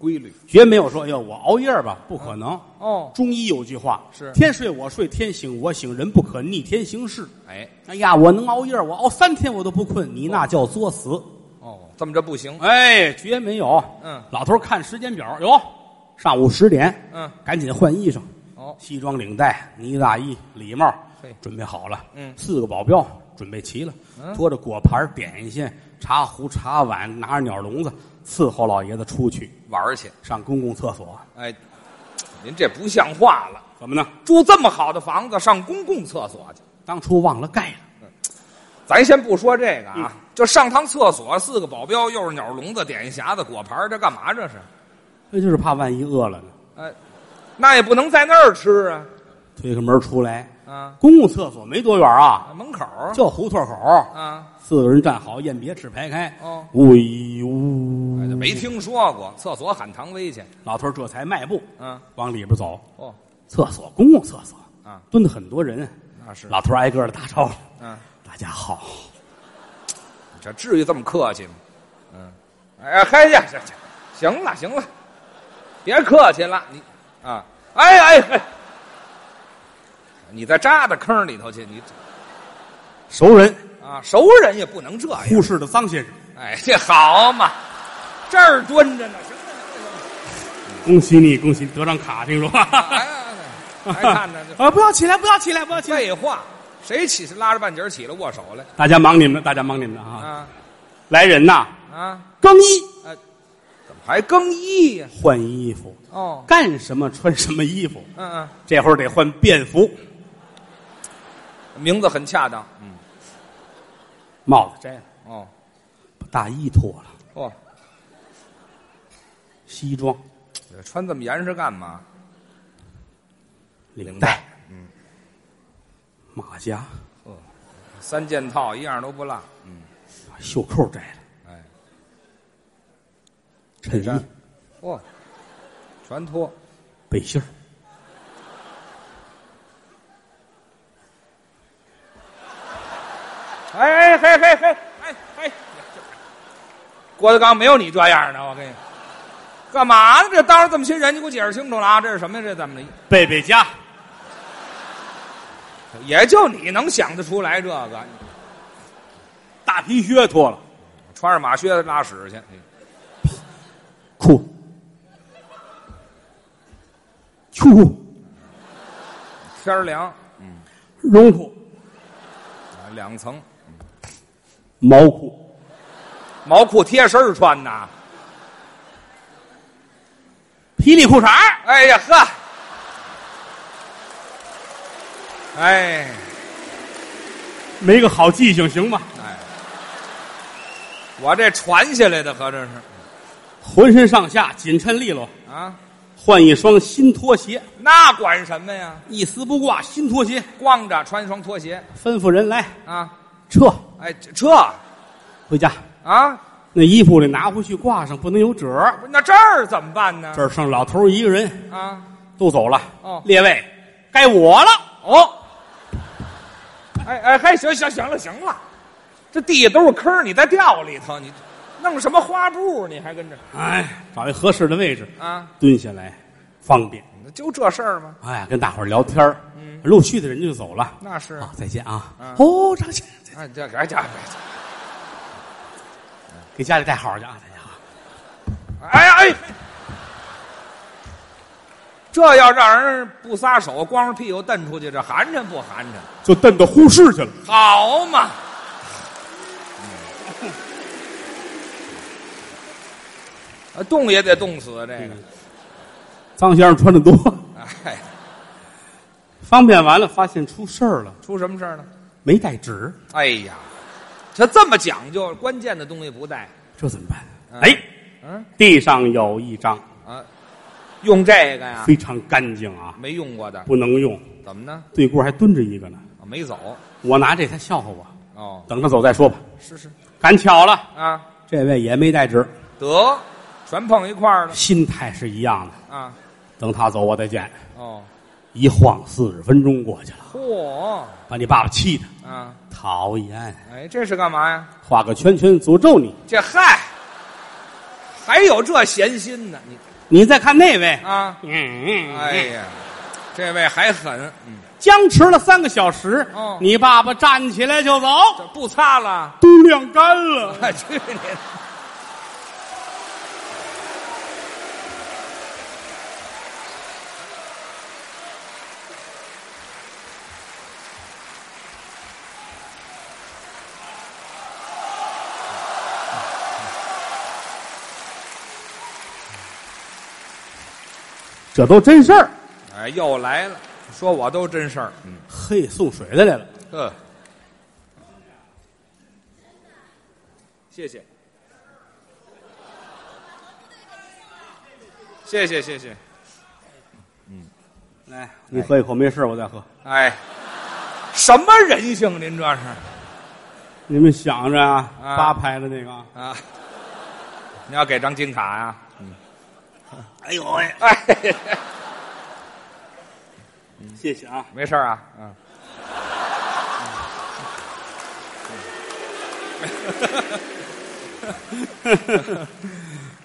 Speaker 3: 规律。
Speaker 2: 绝没有说哎呦我熬夜吧，不可能。
Speaker 3: 哦，
Speaker 2: 中医有句话
Speaker 3: 是
Speaker 2: 天睡我睡，天醒我醒，人不可逆天行事。
Speaker 3: 哎，
Speaker 2: 哎呀，我能熬夜，我熬三天我都不困，你那叫作死。
Speaker 3: 哦，这么着不行。
Speaker 2: 哎，绝没有。
Speaker 3: 嗯
Speaker 2: 老头儿看时间表，哟，上午十点，
Speaker 3: 嗯，
Speaker 2: 赶紧换衣裳，
Speaker 3: 哦，
Speaker 2: 西装领带、呢大衣、礼帽
Speaker 3: 嘿，
Speaker 2: 准备好了。
Speaker 3: 嗯
Speaker 2: 四个保镖准备齐了，
Speaker 3: 嗯
Speaker 2: 拖着果盘、点心、茶壶、茶碗，拿着鸟笼子伺候老爷子出去
Speaker 3: 玩儿去。
Speaker 2: 上公共厕所，
Speaker 3: 哎，您这不像话了。
Speaker 2: 怎么呢？
Speaker 3: 住这么好的房子，上公共厕所去。
Speaker 2: 当初忘了盖了。
Speaker 3: 咱先不说这个
Speaker 2: 嗯
Speaker 3: 啊，这上趟厕所，四个保镖，又是鸟笼子、点心匣子、果盘儿，这干嘛这是？
Speaker 2: 那哎就是怕万一饿了呢，
Speaker 3: 哎，那也不能在那儿吃啊
Speaker 2: 推开门出来，
Speaker 3: 啊，
Speaker 2: 公共厕所没多远啊，
Speaker 3: 门口儿
Speaker 2: 就胡同口。
Speaker 3: 啊，
Speaker 2: 四个人站好，雁别翅排开。
Speaker 3: 哦
Speaker 2: 喂呜！
Speaker 3: 哎，这没听说过厕所喊唐薇去。
Speaker 2: 老头儿这才迈步，
Speaker 3: 嗯，
Speaker 2: 往里边走。
Speaker 3: 哦，
Speaker 2: 厕所，公共厕所
Speaker 3: 啊，
Speaker 2: 蹲的很多人。
Speaker 3: 那是，
Speaker 2: 老头儿挨个的打招呼
Speaker 3: 嗯，：“
Speaker 2: 大家好。
Speaker 3: 这至于这么客气吗？嗯，哎，嗨呀，行行，行了行了，别客气了，你啊，哎哎哎，你再扎到坑里头去，你”
Speaker 2: 熟人，
Speaker 3: 啊，熟人也不能这样。
Speaker 2: 护士的臧先生，
Speaker 3: 哎，这好嘛，这儿蹲着呢，行了
Speaker 2: 恭喜你，恭喜你得张卡，听说？
Speaker 3: 哎哎哎还看着 这
Speaker 2: 啊！不要起来，不要起来，不要起来！
Speaker 3: 废话，谁起是拉着半截儿起来握手来
Speaker 2: 大家忙你们的，大家忙你们的啊！
Speaker 3: 啊
Speaker 2: 来人呐，
Speaker 3: 啊？
Speaker 2: 更衣，
Speaker 3: 怎么还更衣呀？
Speaker 2: 换衣服，
Speaker 3: 哦，
Speaker 2: 干什么穿什么衣服？
Speaker 3: 嗯
Speaker 2: 这会儿得换便服，
Speaker 3: 嗯，名字很恰当。嗯，
Speaker 2: 帽子摘了，
Speaker 3: 哦
Speaker 2: 把大衣脱了，
Speaker 3: 哦，
Speaker 2: 西装、
Speaker 3: 穿这么严实干嘛？
Speaker 2: 领
Speaker 3: 领嗯
Speaker 2: 带
Speaker 3: 带、
Speaker 2: 马甲、
Speaker 3: 三件套一样都不落。
Speaker 2: 把袖扣摘了，
Speaker 3: 哎，
Speaker 2: 衬衣、
Speaker 3: 嚯、全脱，
Speaker 2: 背心儿
Speaker 3: 哎嘿嘿嘿，哎哎，郭德纲没有你这样的，我跟你。干嘛呢？这当着这么些人，你给我解释清楚了啊！这是什么呀？这怎么的？
Speaker 2: 贝贝佳，
Speaker 3: 也就你能想得出来这个，
Speaker 2: 大皮靴脱了，
Speaker 3: 穿着马靴子拉屎去。
Speaker 2: 裤，秋裤、
Speaker 3: 天儿凉，
Speaker 2: 绒裤、
Speaker 3: 啊两层，
Speaker 2: 毛裤、
Speaker 3: 毛裤贴身儿穿呐。
Speaker 2: 霹雳裤衩儿
Speaker 3: 哎呀呵，哎
Speaker 2: 没个好记性行吗？
Speaker 3: 哎，我这传下来的合着是
Speaker 2: 浑身上下紧衬利落，
Speaker 3: 啊，
Speaker 2: 换一双新拖鞋，
Speaker 3: 那管什么呀？
Speaker 2: 一丝不挂新拖鞋，
Speaker 3: 光着穿一双拖鞋
Speaker 2: 吩咐人来
Speaker 3: 啊，
Speaker 2: 撤
Speaker 3: 哎这这
Speaker 2: 回家。
Speaker 3: 啊，
Speaker 2: 那衣服得拿回去挂上，不能有褶儿。
Speaker 3: 不是那这儿怎么办呢
Speaker 2: 这？儿剩老头儿一个人，
Speaker 3: 啊，
Speaker 2: 都走了。
Speaker 3: 哦
Speaker 2: 列位，该我了。
Speaker 3: 哦，哎哎嘿，行行行了行了，这地下都是坑儿，你再掉里头，你弄什么花布？你还跟这
Speaker 2: 哎，找一合适的位置，
Speaker 3: 啊？
Speaker 2: 蹲下来，方便。
Speaker 3: 就这事儿吗？
Speaker 2: 哎，跟大伙儿聊天儿。陆续的人就走了。
Speaker 3: 那是
Speaker 2: 啊，再见啊！
Speaker 3: 嗯
Speaker 2: 哦，张先生，
Speaker 3: 哎，这哎家伙，
Speaker 2: 给家里带好去啊！大家好，
Speaker 3: 哎呀哎，这要让人不撒手，光着屁股蹬出去，这寒碜不寒碜？
Speaker 2: 就蹬到呼市去了。
Speaker 3: 好嘛！ 啊，冻也得冻死这个。
Speaker 2: 张先生穿的多，
Speaker 3: 哎，
Speaker 2: 方便完了，发现出事儿了，
Speaker 3: 出什么事儿了？
Speaker 2: 没带纸，
Speaker 3: 哎呀，这这么讲究，关键的东西不带，
Speaker 2: 这怎么办？
Speaker 3: 嗯
Speaker 2: 哎，
Speaker 3: 嗯
Speaker 2: 地上有一张，
Speaker 3: 啊，用这个呀，
Speaker 2: 非常干净啊，
Speaker 3: 没用过的，
Speaker 2: 不能用。
Speaker 3: 怎么呢？
Speaker 2: 对过还蹲着一个呢，
Speaker 3: 啊没走
Speaker 2: 我拿这他笑话我，
Speaker 3: 哦，
Speaker 2: 等他走再说吧。
Speaker 3: 是是
Speaker 2: 赶巧了，
Speaker 3: 啊，
Speaker 2: 这位也没带纸，
Speaker 3: 得全碰一块儿了
Speaker 2: 心态是一样的。
Speaker 3: 啊，
Speaker 2: 等他走，我再见。
Speaker 3: 哦。
Speaker 2: 一晃四十分钟过去了，
Speaker 3: 嚯
Speaker 2: 把你爸爸气的
Speaker 3: 啊！
Speaker 2: 讨厌，
Speaker 3: 哎，这是干嘛呀？
Speaker 2: 画个圈圈诅咒你。
Speaker 3: 这嗨，还有这闲心呢？你
Speaker 2: 你再看那位，
Speaker 3: 啊，
Speaker 2: 嗯，
Speaker 3: 哎呀，这位还狠，嗯，
Speaker 2: 僵持了三个小时，
Speaker 3: 哦
Speaker 2: 你爸爸站起来就走，
Speaker 3: 这不擦了？
Speaker 2: 都晾干了。
Speaker 3: 哎去你的！
Speaker 2: 这都真事儿。
Speaker 3: 哎，又来了，说我都真事儿，嗯，
Speaker 2: 嘿，送水的来了，
Speaker 3: 呵，谢谢，谢谢谢谢，
Speaker 2: 来，你喝一口，没事我再喝。
Speaker 3: 哎，什么人性？啊您这是
Speaker 2: 你们想着啊，
Speaker 3: 啊
Speaker 2: 八排的那个啊，
Speaker 3: 啊？你要给张金卡呀、嗯
Speaker 2: 哎呦喂，
Speaker 3: 哎，
Speaker 2: 谢谢啊。
Speaker 3: 没事儿啊，嗯。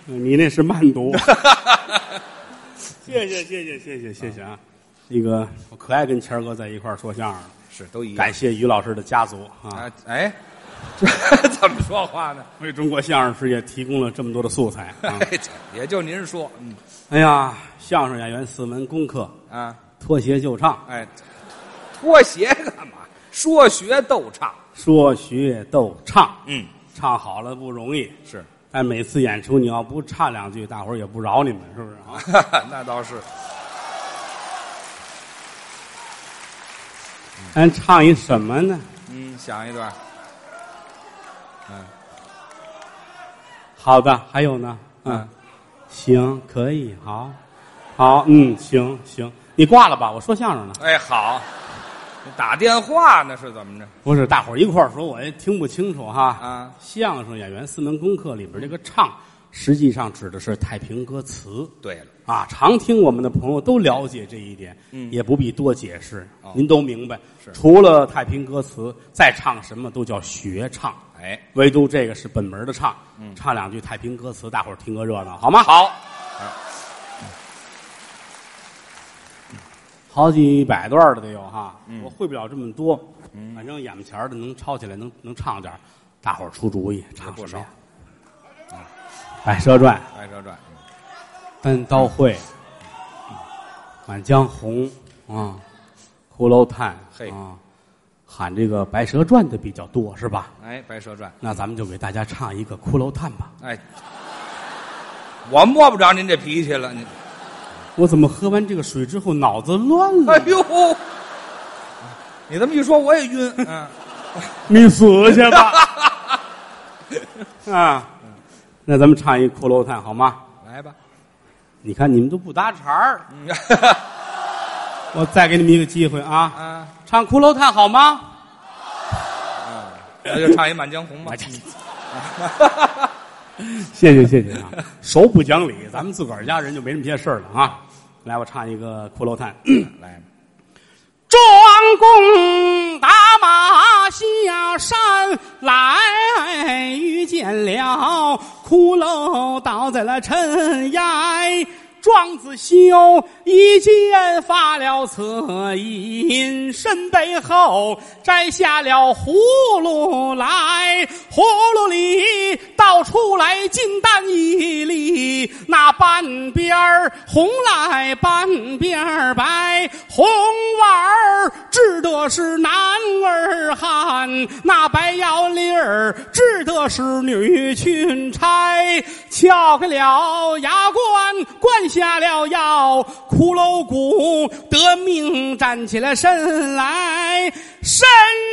Speaker 2: 你那是慢读。 谢谢谢谢谢谢谢谢啊！那个我可爱跟谦儿哥在一块儿说相声了，
Speaker 3: 是都一样
Speaker 2: 感。谢于老师的家族啊，
Speaker 3: 啊，哎， 这怎么说话呢？
Speaker 2: 为中国相声事业提供了这么多的素材啊！
Speaker 3: 哎这 也就您说，嗯
Speaker 2: 哎呀，相声演员四门功课：
Speaker 3: 啊，
Speaker 2: 脱鞋就唱，
Speaker 3: 哎，脱鞋干嘛？说学逗唱，
Speaker 2: 说学逗唱，
Speaker 3: 嗯，
Speaker 2: 唱好了不容易，
Speaker 3: 是，
Speaker 2: 但每次演出你要不唱两句，大伙儿也不饶你们，是不是啊？
Speaker 3: 那倒是，
Speaker 2: 咱唱一什么呢？
Speaker 3: 嗯，想一段，
Speaker 2: 好的，还有呢？嗯
Speaker 3: 嗯，
Speaker 2: 行，可以，好，好，嗯，行行，你挂了吧，我说相声呢。
Speaker 3: 哎，好，打电话呢是怎么着？
Speaker 2: 不是大伙儿一块儿说，我也听不清楚哈。
Speaker 3: 啊，
Speaker 2: 相声演员四门功课里边这个唱，实际上指的是太平歌词。
Speaker 3: 对了，
Speaker 2: 啊，常听我们的朋友都了解这一点，嗯，也不必多解释，
Speaker 3: 哦
Speaker 2: 您都明白。
Speaker 3: 是
Speaker 2: 除了太平歌词，再唱什么都叫学唱，
Speaker 3: 哎，
Speaker 2: 唯独这个是本门的唱。唱两句太平歌词，大伙儿听个热闹，好吗？，
Speaker 3: 嗯好，
Speaker 2: 好几百段儿的得有哈，
Speaker 3: 嗯
Speaker 2: 我会不了这么多，反正眼巴前儿的能抄起来，能能唱点儿大伙儿出主意，唱
Speaker 3: 不
Speaker 2: 什么呀
Speaker 3: 少？
Speaker 2: 百蛇传》
Speaker 3: 《白蛇
Speaker 2: 《
Speaker 3: 传》
Speaker 2: 单刀会》《满江红》啊，《骷髅叹》
Speaker 3: 嘿
Speaker 2: 啊，喊这个《白蛇传》的比较多是吧？
Speaker 3: 哎，《白蛇传
Speaker 2: 那咱们就给大家唱一个《骷髅叹》吧。》
Speaker 3: 哎，我摸不着您这脾气了，您
Speaker 2: 我怎么喝完这个水之后脑子乱了
Speaker 3: 哎？呦，你这么一说我也晕，嗯、
Speaker 2: 你死去 吧！啊，那咱们唱一《骷髅叹》好吗？
Speaker 3: 来吧，
Speaker 2: 你看你们都不搭茬儿，
Speaker 3: 嗯
Speaker 2: 我再给你们一个机会啊！
Speaker 3: 啊，
Speaker 2: 唱《骷髅叹》好吗？
Speaker 3: 那就唱一《满江红》吧
Speaker 2: 哎。这谢谢谢谢啊！ 手不讲理，咱们自个儿家人就没什么些事儿了啊！来，我唱一个《骷髅叹》。
Speaker 3: 来，
Speaker 2: 庄公打马下山来，遇见了骷髅倒在了尘埃。庄子修一剑发了恻隐，身背后摘下了葫芦来，葫芦里倒出来金丹一粒，那半边儿红来半边儿白，红丸儿治的是男儿汉，那白药粒儿治的是女裙钗。撬开了牙关，灌下了药，骷髅骨得命站起了身来，伸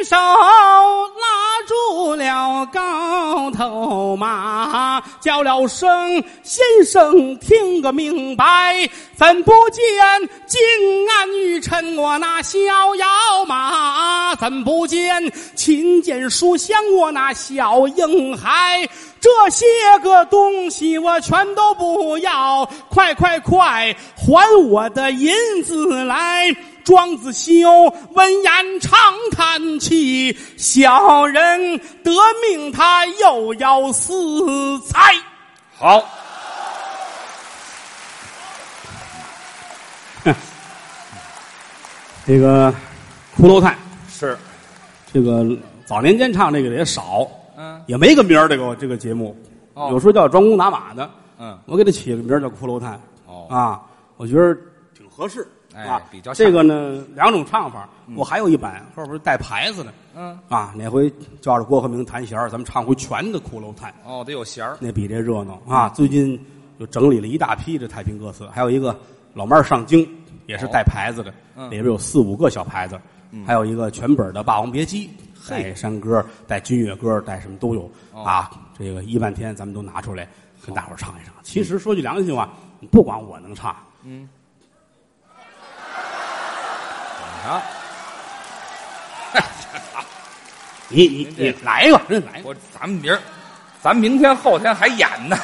Speaker 2: 手拉住了高头马，叫了声先生听个明白，怎不见金安玉衬我那逍遥马？怎不见琴剑书香我那小婴孩？这些个东西我全都不要，快快快，还我的银子来！庄子修闻言长叹气，小人得命他又要私财。
Speaker 3: 好，
Speaker 2: 这个骷髅叹，
Speaker 3: 是，
Speaker 2: 这个早年间唱这个的也少，
Speaker 3: 嗯
Speaker 2: 也没个名儿。这个这个节目，
Speaker 3: 哦
Speaker 2: 有时候叫庄公打马的，
Speaker 3: 嗯，
Speaker 2: 我给它起个名儿叫骷髅叹。
Speaker 3: 哦
Speaker 2: 啊，我觉得挺合适。
Speaker 3: 哎
Speaker 2: 啊，
Speaker 3: 比较像
Speaker 2: 这个呢，两种唱法。我还有一版后边带牌子的。
Speaker 3: 嗯，
Speaker 2: 啊，哪回叫着郭鹤鸣、谭弦儿，咱们唱回全的《骷髅叹》，
Speaker 3: 哦，得有弦儿，
Speaker 2: 那比这热闹啊！最近又整理了一大批这太平歌词，还有一个老妹儿上京，也是带牌子的，
Speaker 3: 嗯
Speaker 2: 里边有四五个小牌子，还有一个全本的《霸王别姬》，带山歌、带军乐歌、带什么都有、
Speaker 3: 哦
Speaker 2: 啊！这个一半天咱们都拿出来跟大伙儿唱一唱。其实说句良心话，不光我能唱，
Speaker 3: 啊，
Speaker 2: 你你你来一个，真来一个。
Speaker 3: 我咱们明儿，咱明天后天还演呢，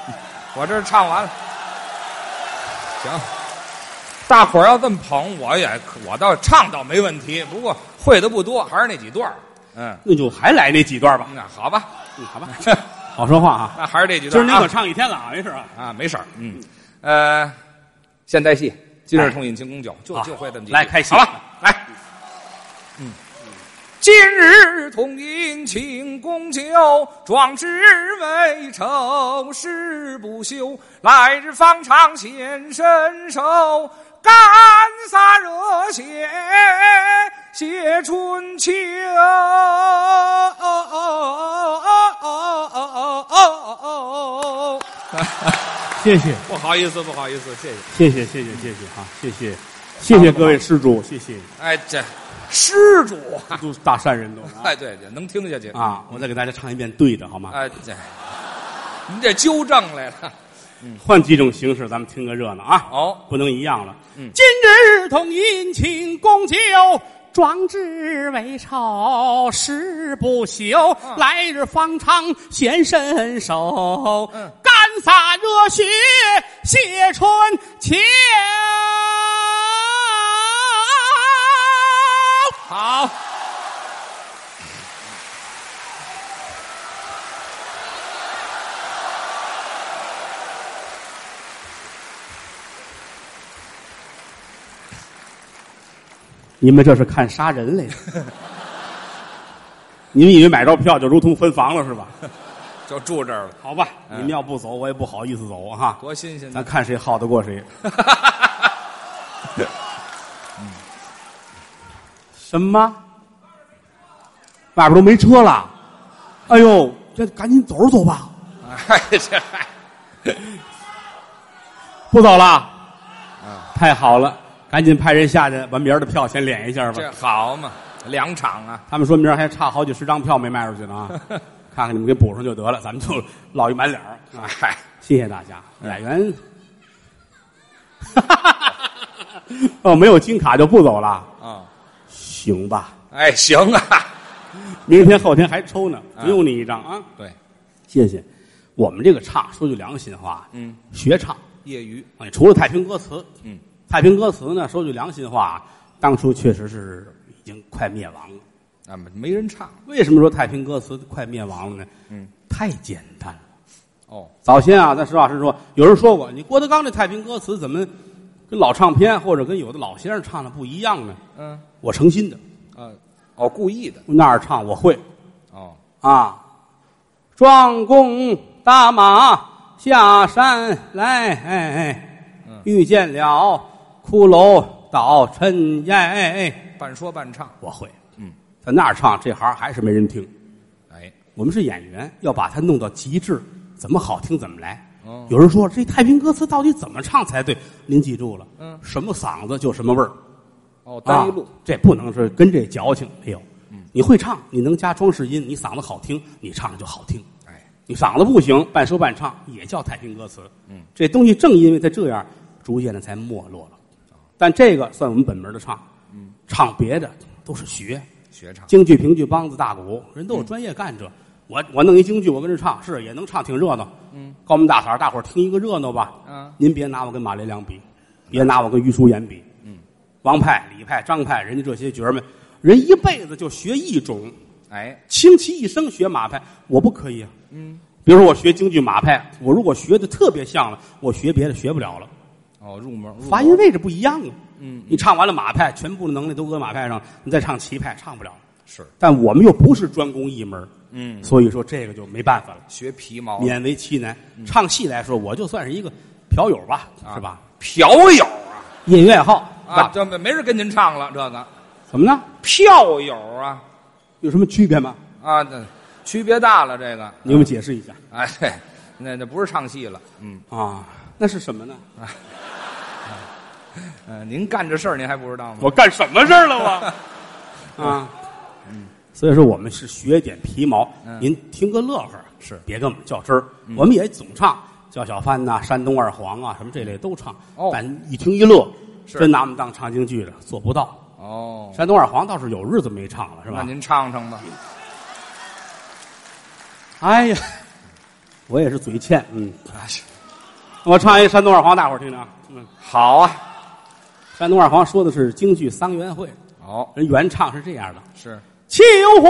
Speaker 3: 我这唱完了，行，大伙儿要这么捧，我也我倒唱倒没问题，不过会的不多，还是那几段儿嗯，
Speaker 2: 那就还来那几段吧，
Speaker 3: 那好吧，
Speaker 2: 嗯好吧， 好说话啊。
Speaker 3: 那还是这几
Speaker 2: 今儿
Speaker 3: 段儿
Speaker 2: 您
Speaker 3: 啊
Speaker 2: 可唱一天了啊，没事啊。
Speaker 3: 啊，没事儿，嗯，呃，现代戏今日
Speaker 2: 哎
Speaker 3: 痛饮晴空酒，就
Speaker 2: 好
Speaker 3: 就会这么几句
Speaker 2: 来开戏
Speaker 3: 好吧，来，嗯，今日痛饮晴空酒，壮志未酬誓不休，来日方长显身手，干洒热血写春秋。
Speaker 2: 谢谢，
Speaker 3: 不好意思，不好意思，谢谢。
Speaker 2: 谢谢，谢谢，谢谢啊，谢谢，谢谢各位施主，谢谢，
Speaker 3: 哎，这施主啊，
Speaker 2: 都是大善人都啊
Speaker 3: 哎，对对，能听下去。
Speaker 2: 啊！我再给大家唱一遍对的好吗？
Speaker 3: 哎，这您这纠正来了。
Speaker 2: 换几种形式，咱们听个热闹啊！
Speaker 3: 哦，
Speaker 2: 不能一样了。
Speaker 3: 嗯
Speaker 2: 今日同饮庆功酒，
Speaker 7: 壮志未酬誓不休，来日方长显身手。干洒热血写春秋。
Speaker 3: 好，
Speaker 2: 你们这是看杀人来了？你们以为买着票就如同分房了是吧？
Speaker 3: 就住这儿了，
Speaker 2: 好吧，你们要不走，我也不好意思走哈。
Speaker 3: 多新鲜
Speaker 2: 咱
Speaker 3: 呢！
Speaker 2: 看谁耗得过谁。什么？外边都没车了？哎呦，这赶紧走着走吧，
Speaker 3: 哎，这嗨，
Speaker 2: 不走了。太好了，赶紧派人下去把明儿的票先敛一下吧。
Speaker 3: 这好嘛，两场啊，
Speaker 2: 他们说明儿还差好几十张票没卖出去呢啊， 看看你们给补上就得了，咱们就落一满脸儿啊！
Speaker 3: 嗨，嗯
Speaker 2: 谢谢大家，演员， 哦，没有金卡就不走了，
Speaker 3: 啊，
Speaker 2: 行吧？
Speaker 3: 哎，行啊，
Speaker 2: 明天后天还抽呢，
Speaker 3: 嗯
Speaker 2: 不用你一张啊，
Speaker 3: 对，
Speaker 2: 谢谢。我们这个唱，说句良心话，
Speaker 3: 嗯，
Speaker 2: 学唱，
Speaker 3: 业余，
Speaker 2: 哎，除了太平歌词，
Speaker 3: 嗯，
Speaker 2: 太平歌词呢，说句良心话，当初确实是已经快灭亡了。
Speaker 3: 啊，没没人唱
Speaker 2: 为什么说太平歌词快灭亡了呢？
Speaker 3: 嗯，
Speaker 2: 太简单了。
Speaker 3: 哦，
Speaker 2: 早先啊，咱实话实说，有人说过，你郭德纲这太平歌词怎么跟老唱片或者跟有的老先生唱的不一样呢？
Speaker 3: 嗯，
Speaker 2: 我诚心的，
Speaker 3: 啊，哦，故意的，
Speaker 2: 那儿唱我会
Speaker 3: 哦，
Speaker 2: 啊，庄公大马下山来，哎哎遇见了骷髅倒尘烟，哎哎
Speaker 3: 半说半唱，
Speaker 2: 我会，
Speaker 3: 嗯，
Speaker 2: 在那儿唱这行还是没人听。
Speaker 3: 哎，
Speaker 2: 我们是演员，要把它弄到极致，怎么好听怎么来。
Speaker 3: 哦
Speaker 2: 有人说这太平歌词到底怎么唱才对？您记住了，
Speaker 3: 嗯
Speaker 2: 什么嗓子就什么味儿，
Speaker 3: 哦，单一
Speaker 2: 啊
Speaker 3: 路，嗯
Speaker 2: 这不能是跟这矫情没有。你会唱，你能加装饰音，你嗓子好听，你唱就好听。
Speaker 3: 哎，
Speaker 2: 你嗓子不行，半说半唱也叫太平歌词。
Speaker 3: 嗯，
Speaker 2: 这东西正因为它这样，逐渐的才没落了。但这个算我们本门的唱，嗯，唱别的都是学，
Speaker 3: 学唱，
Speaker 2: 京剧、评剧、梆子、大鼓，人都有专业干这。我我弄一京剧，我跟着唱，是也能唱，挺热闹。嗯，高门大嗓，大伙儿听一个热闹吧。
Speaker 3: 嗯，
Speaker 2: 您别拿我跟马连良比，别拿我跟于淑妍比。嗯，王派、李派、张派，人家这些角儿们，人一辈子就学一种，
Speaker 3: 哎，
Speaker 2: 倾其一生学马派，我不可以啊。嗯，比如说我学京剧马派，我如果学的特别像了，我学别的学不了了。
Speaker 3: 哦，入门，入
Speaker 2: 发
Speaker 3: 门
Speaker 2: 音位置不一样啊。嗯，你唱完了马派，全部的能力都搁马派上，你再唱旗派唱不了。
Speaker 3: 是，
Speaker 2: 但我们又不是专攻一门，
Speaker 3: 嗯，
Speaker 2: 所以说这个就没办法了，
Speaker 3: 学皮毛，
Speaker 2: 勉为其难。唱戏来说，我就算是一个嫖友吧，
Speaker 3: 嗯啊
Speaker 2: 是吧？
Speaker 3: 嫖友啊，
Speaker 2: 业余爱好
Speaker 3: 啊，
Speaker 2: 是吧
Speaker 3: 这没没人跟您唱了，这个
Speaker 2: 怎么呢？
Speaker 3: 票友啊，
Speaker 2: 有什么区别吗？
Speaker 3: 啊，这区别大了，这个，
Speaker 2: 你给我们解释一下
Speaker 3: 哎，对，那那不是唱戏了，嗯
Speaker 2: 啊？那是什么呢？
Speaker 3: 呃，您干这事儿您还不知道吗？
Speaker 2: 我干什么事儿了 我？啊，所以说我们是学一点皮毛，
Speaker 3: 嗯
Speaker 2: 您听个乐呵儿，是别跟我们较真儿。我们也总唱叫小帆呐、山东二黄啊什么这类都唱，
Speaker 3: 哦
Speaker 2: 但一听一乐，
Speaker 3: 是
Speaker 2: 真拿我们当唱京剧的做不到。
Speaker 3: 哦，
Speaker 2: 山东二黄倒是有日子没唱了，是
Speaker 3: 那
Speaker 2: 吧？
Speaker 3: 您唱唱吧，
Speaker 2: 哎呀，我也是嘴欠，嗯，
Speaker 3: 啊是
Speaker 2: 我唱一山东二黄，大伙儿听听啊。嗯，
Speaker 3: 好啊，
Speaker 2: 山东二黄说的是京剧《桑园会》，
Speaker 3: 好
Speaker 2: 人原唱是这样的。
Speaker 3: 是，
Speaker 7: 秋胡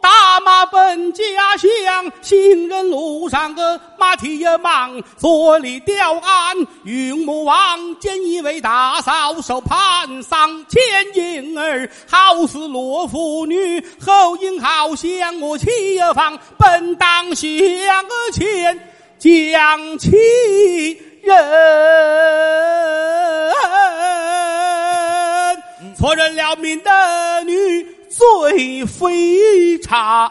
Speaker 7: 大马奔家乡，行人路上个马蹄也忙，左里吊鞍云母王，见一位大嫂手盘桑，前影儿好似罗妇女，后影好像我七房，本当向前将其人。错认了民的女最非常。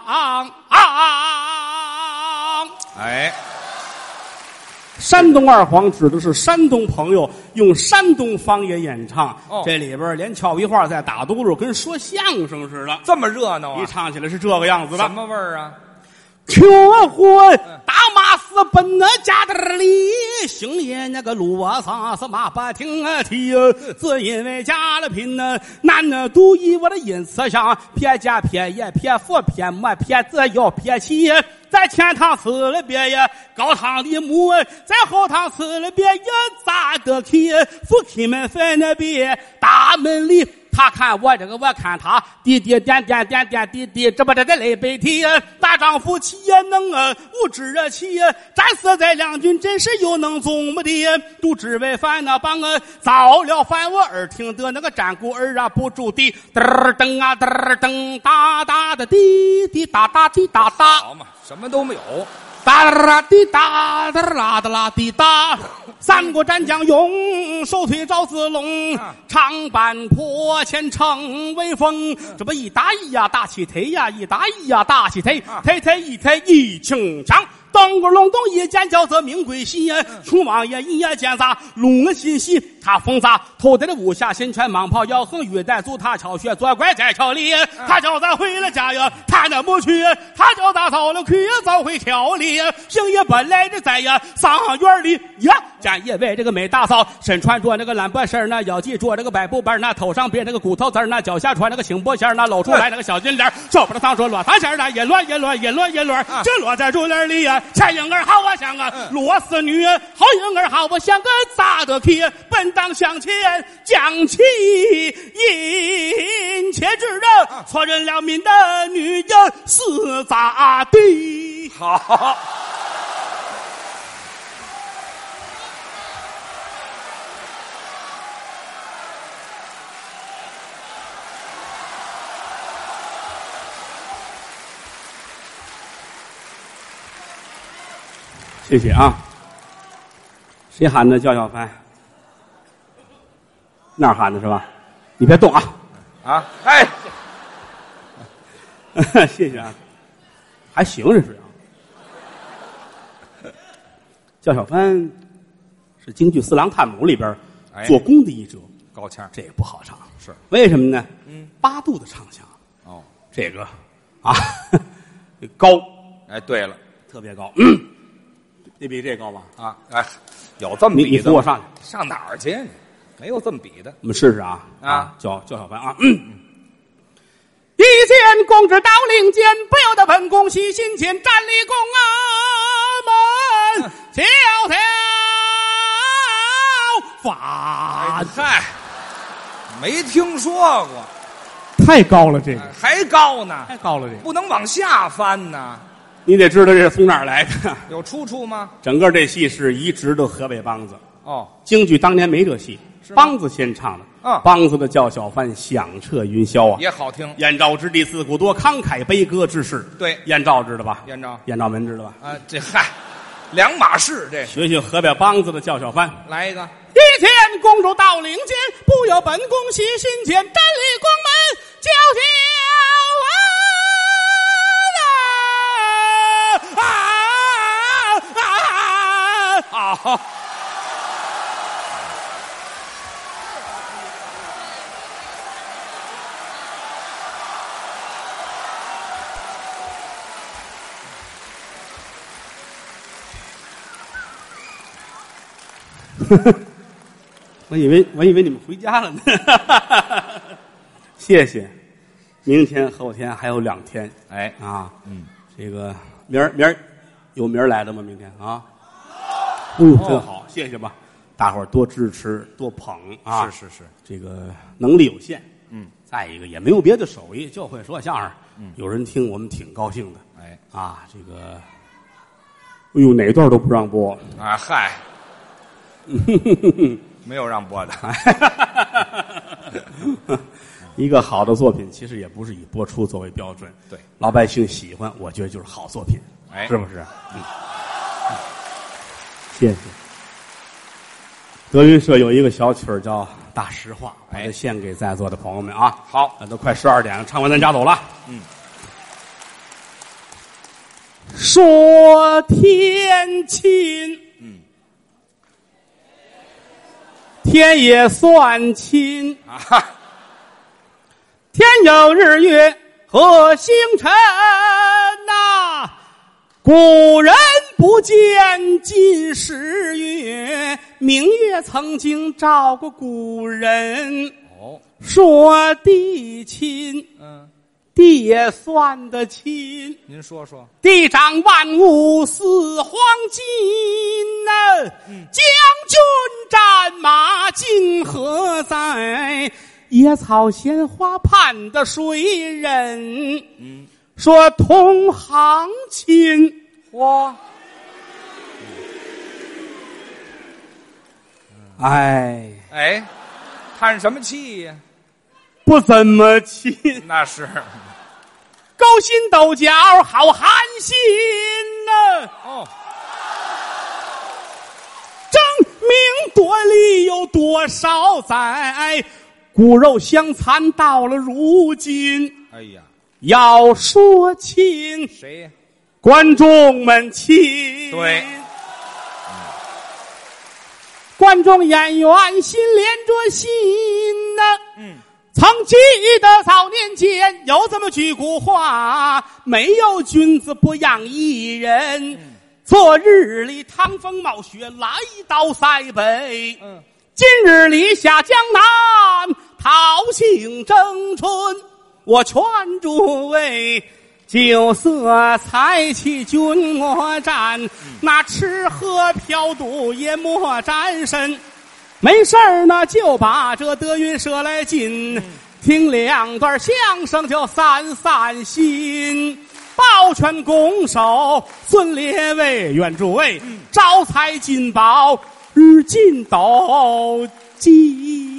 Speaker 3: 哎，
Speaker 2: 山东二黄指的是山东朋友用山东方言演唱，
Speaker 3: 哦
Speaker 2: 这里边连俏皮话带打嘟噜，跟说相声似的。
Speaker 3: 这么热闹
Speaker 2: 一
Speaker 3: 啊，
Speaker 2: 唱起来是这个样子
Speaker 3: 什
Speaker 2: 的。
Speaker 3: 么味儿啊？
Speaker 2: 秋婚大马是奔那家的里，行也那个路啊上是马不停啊蹄啊，只因为家里贫呐，男呢独一我的因此上，撇家撇业撇父撇母撇子要撇妻。在前堂吃了别呀，高堂里母；在后堂吃了别呀，咋得去？夫妻们分那别，大门里他看我这个，我看他，滴滴点点点点滴滴，这不这这累背提。大丈夫气也能啊，无知热气，战死在两军，真是又能怎么的？都知为犯那帮啊，造了反，我耳听得那个战鼓儿啊不住地，嘚儿噔啊嘚儿噔，哒哒的滴滴哒哒滴哒哒。
Speaker 3: 好嘛，什么都没有，
Speaker 2: 哒啦啦滴哒，哒啦啦哒啦滴哒。三国战将勇，手推赵子龙
Speaker 3: 啊，
Speaker 2: 长坂坡前逞威风。这不一打一呀，打起腿呀，一打一呀，打起腿
Speaker 3: 啊，
Speaker 2: 腿腿一腿一清长。当个隆咚一见叫这名贵喜呀，穷王爷一夜见啥龙心喜，他封啥头戴的五下新拳蟒袍摇横玉带足踏巧靴左拐在桥里，他叫咱回了家呀，他那不去，他叫咱早了去早回桥里，行也本来这在呀上院里呀，见一位这个美大嫂，身穿着那个蓝白衫那腰系着这个白布边那头上别那个骨头子儿那脚下穿那个青布鞋儿那露出来那个小金莲儿，手不着当着裸堂弦那也乱也乱也乱也乱，这落在竹帘里呀，前影儿好我像个螺丝啊女，后影儿好我啊像个咋的去，本当向前将其引，且知道啊错认了民的女人是咋的。
Speaker 3: 好，
Speaker 8: 谢谢啊。谁喊的？叫小凡。那儿喊的是吧？你别动啊！
Speaker 3: 啊，哎，
Speaker 8: 谢谢啊，还行这是啊。叫小帆是京剧《四郎探母》里边
Speaker 3: 哎
Speaker 8: 做工的一折，
Speaker 3: 高腔儿
Speaker 8: 这也不好唱。
Speaker 3: 是
Speaker 8: 为什么呢？嗯，八度的唱腔，
Speaker 3: 哦，
Speaker 8: 这个啊 高，
Speaker 3: 哎，对了
Speaker 8: 特别高，嗯，得比这高吧？
Speaker 3: 啊，哎，有这么
Speaker 8: 你你
Speaker 3: 比的
Speaker 8: 扶
Speaker 3: 吗
Speaker 8: 我上去，
Speaker 3: 上哪儿去你？没有这么比的，
Speaker 8: 我们试试啊
Speaker 3: 啊
Speaker 8: 叫叫小帆啊，嗯。
Speaker 2: 一见公之到令间，不由得本宫喜心间，站立宫
Speaker 8: 啊
Speaker 2: 阿门，萧条法
Speaker 3: 哎，嗨， 没听说过，
Speaker 2: 太高了，这
Speaker 3: 哎还高呢，
Speaker 2: 太 高了，这个
Speaker 3: 不能往下翻呐，
Speaker 8: 你得知道这是从哪儿来 的。
Speaker 3: 有出处吗？
Speaker 8: 整个这戏是移植的河北梆子，
Speaker 3: 哦，
Speaker 8: 京剧当年没这戏，
Speaker 3: 吗
Speaker 8: 梆子先唱的。
Speaker 3: 啊
Speaker 8: 梆子的叫小番响彻云霄啊！
Speaker 3: 也好听
Speaker 8: 燕赵之地自古多慷慨悲歌之士。
Speaker 3: 对
Speaker 8: 燕赵知道吧？
Speaker 3: 燕赵
Speaker 8: 燕赵门知道吧？
Speaker 3: 啊，这嗨，两码事，这
Speaker 8: 学学河北梆子的叫小番。
Speaker 3: 来一个，
Speaker 2: 一天公主到领间，不由本宫喜心间，站立宫门叫条啊啊啊！
Speaker 3: 好，
Speaker 8: 我以为我以为你们回家了呢。谢谢，明天后天还有两天
Speaker 3: 哎，
Speaker 8: 啊。嗯，这个明儿明儿有明儿来的吗？明天啊？嗯，真好，谢谢吧。大伙儿多支持，多捧啊！
Speaker 3: 是是是，
Speaker 8: 这个能力有限，嗯，再一个也没有别的手艺，就会说相声，嗯，有人听我们挺高兴的，
Speaker 3: 哎
Speaker 8: 啊，这个，哎呦，哪段都不让 播，
Speaker 3: 啊嗨，没有让播的，
Speaker 8: 一个好的作品其实也不是以播出作为标准，
Speaker 3: 对，
Speaker 8: 老百姓喜欢，我觉得就是好作品，
Speaker 3: 哎
Speaker 8: 是不是？嗯，谢谢。德云社有一个小曲儿叫《大实话》，我
Speaker 3: 哎
Speaker 8: 得献给在座的朋友们啊。
Speaker 3: 好
Speaker 8: 那
Speaker 3: 嗯
Speaker 8: 都快十二点了，唱完咱家走了。
Speaker 2: 说天亲，嗯，天也算亲，
Speaker 3: 啊哈，
Speaker 2: 天有日月和星辰呐、古人不见近时月，明月曾经照过古人。
Speaker 3: 哦，
Speaker 2: 说地亲，
Speaker 3: 嗯，
Speaker 2: 地也算得亲。
Speaker 3: 您说说，
Speaker 2: 地长万物似黄金呐、将军战马今何在？野草闲花盼的谁人？说同行亲，
Speaker 3: 嚯，
Speaker 2: 哎，
Speaker 3: 哎，叹什么气呀？
Speaker 2: 不怎么亲。
Speaker 3: 那是，
Speaker 2: 勾心斗角好寒心呐、
Speaker 3: 哦，
Speaker 2: 争名夺利有多少载？骨肉相残到了如今，
Speaker 3: 哎呀，
Speaker 2: 要说亲，
Speaker 3: 谁呀？
Speaker 2: 观众们亲。
Speaker 3: 对，
Speaker 2: 观众演员心连着心呐、
Speaker 3: 嗯，
Speaker 2: 曾记得早年间有这么句古话：没有君子不养艺
Speaker 3: 嗯
Speaker 2: 人。昨日里趟风冒雪来到塞北，
Speaker 3: 嗯，
Speaker 2: 今日里下江南桃杏争春。我劝诸位。酒色财气君莫沾，那吃喝嫖赌也莫沾身。没事儿呢，就把这德云社来进，听两段相声就散散心。抱拳拱手，尊列位，愿诸位招财进宝，日进斗金。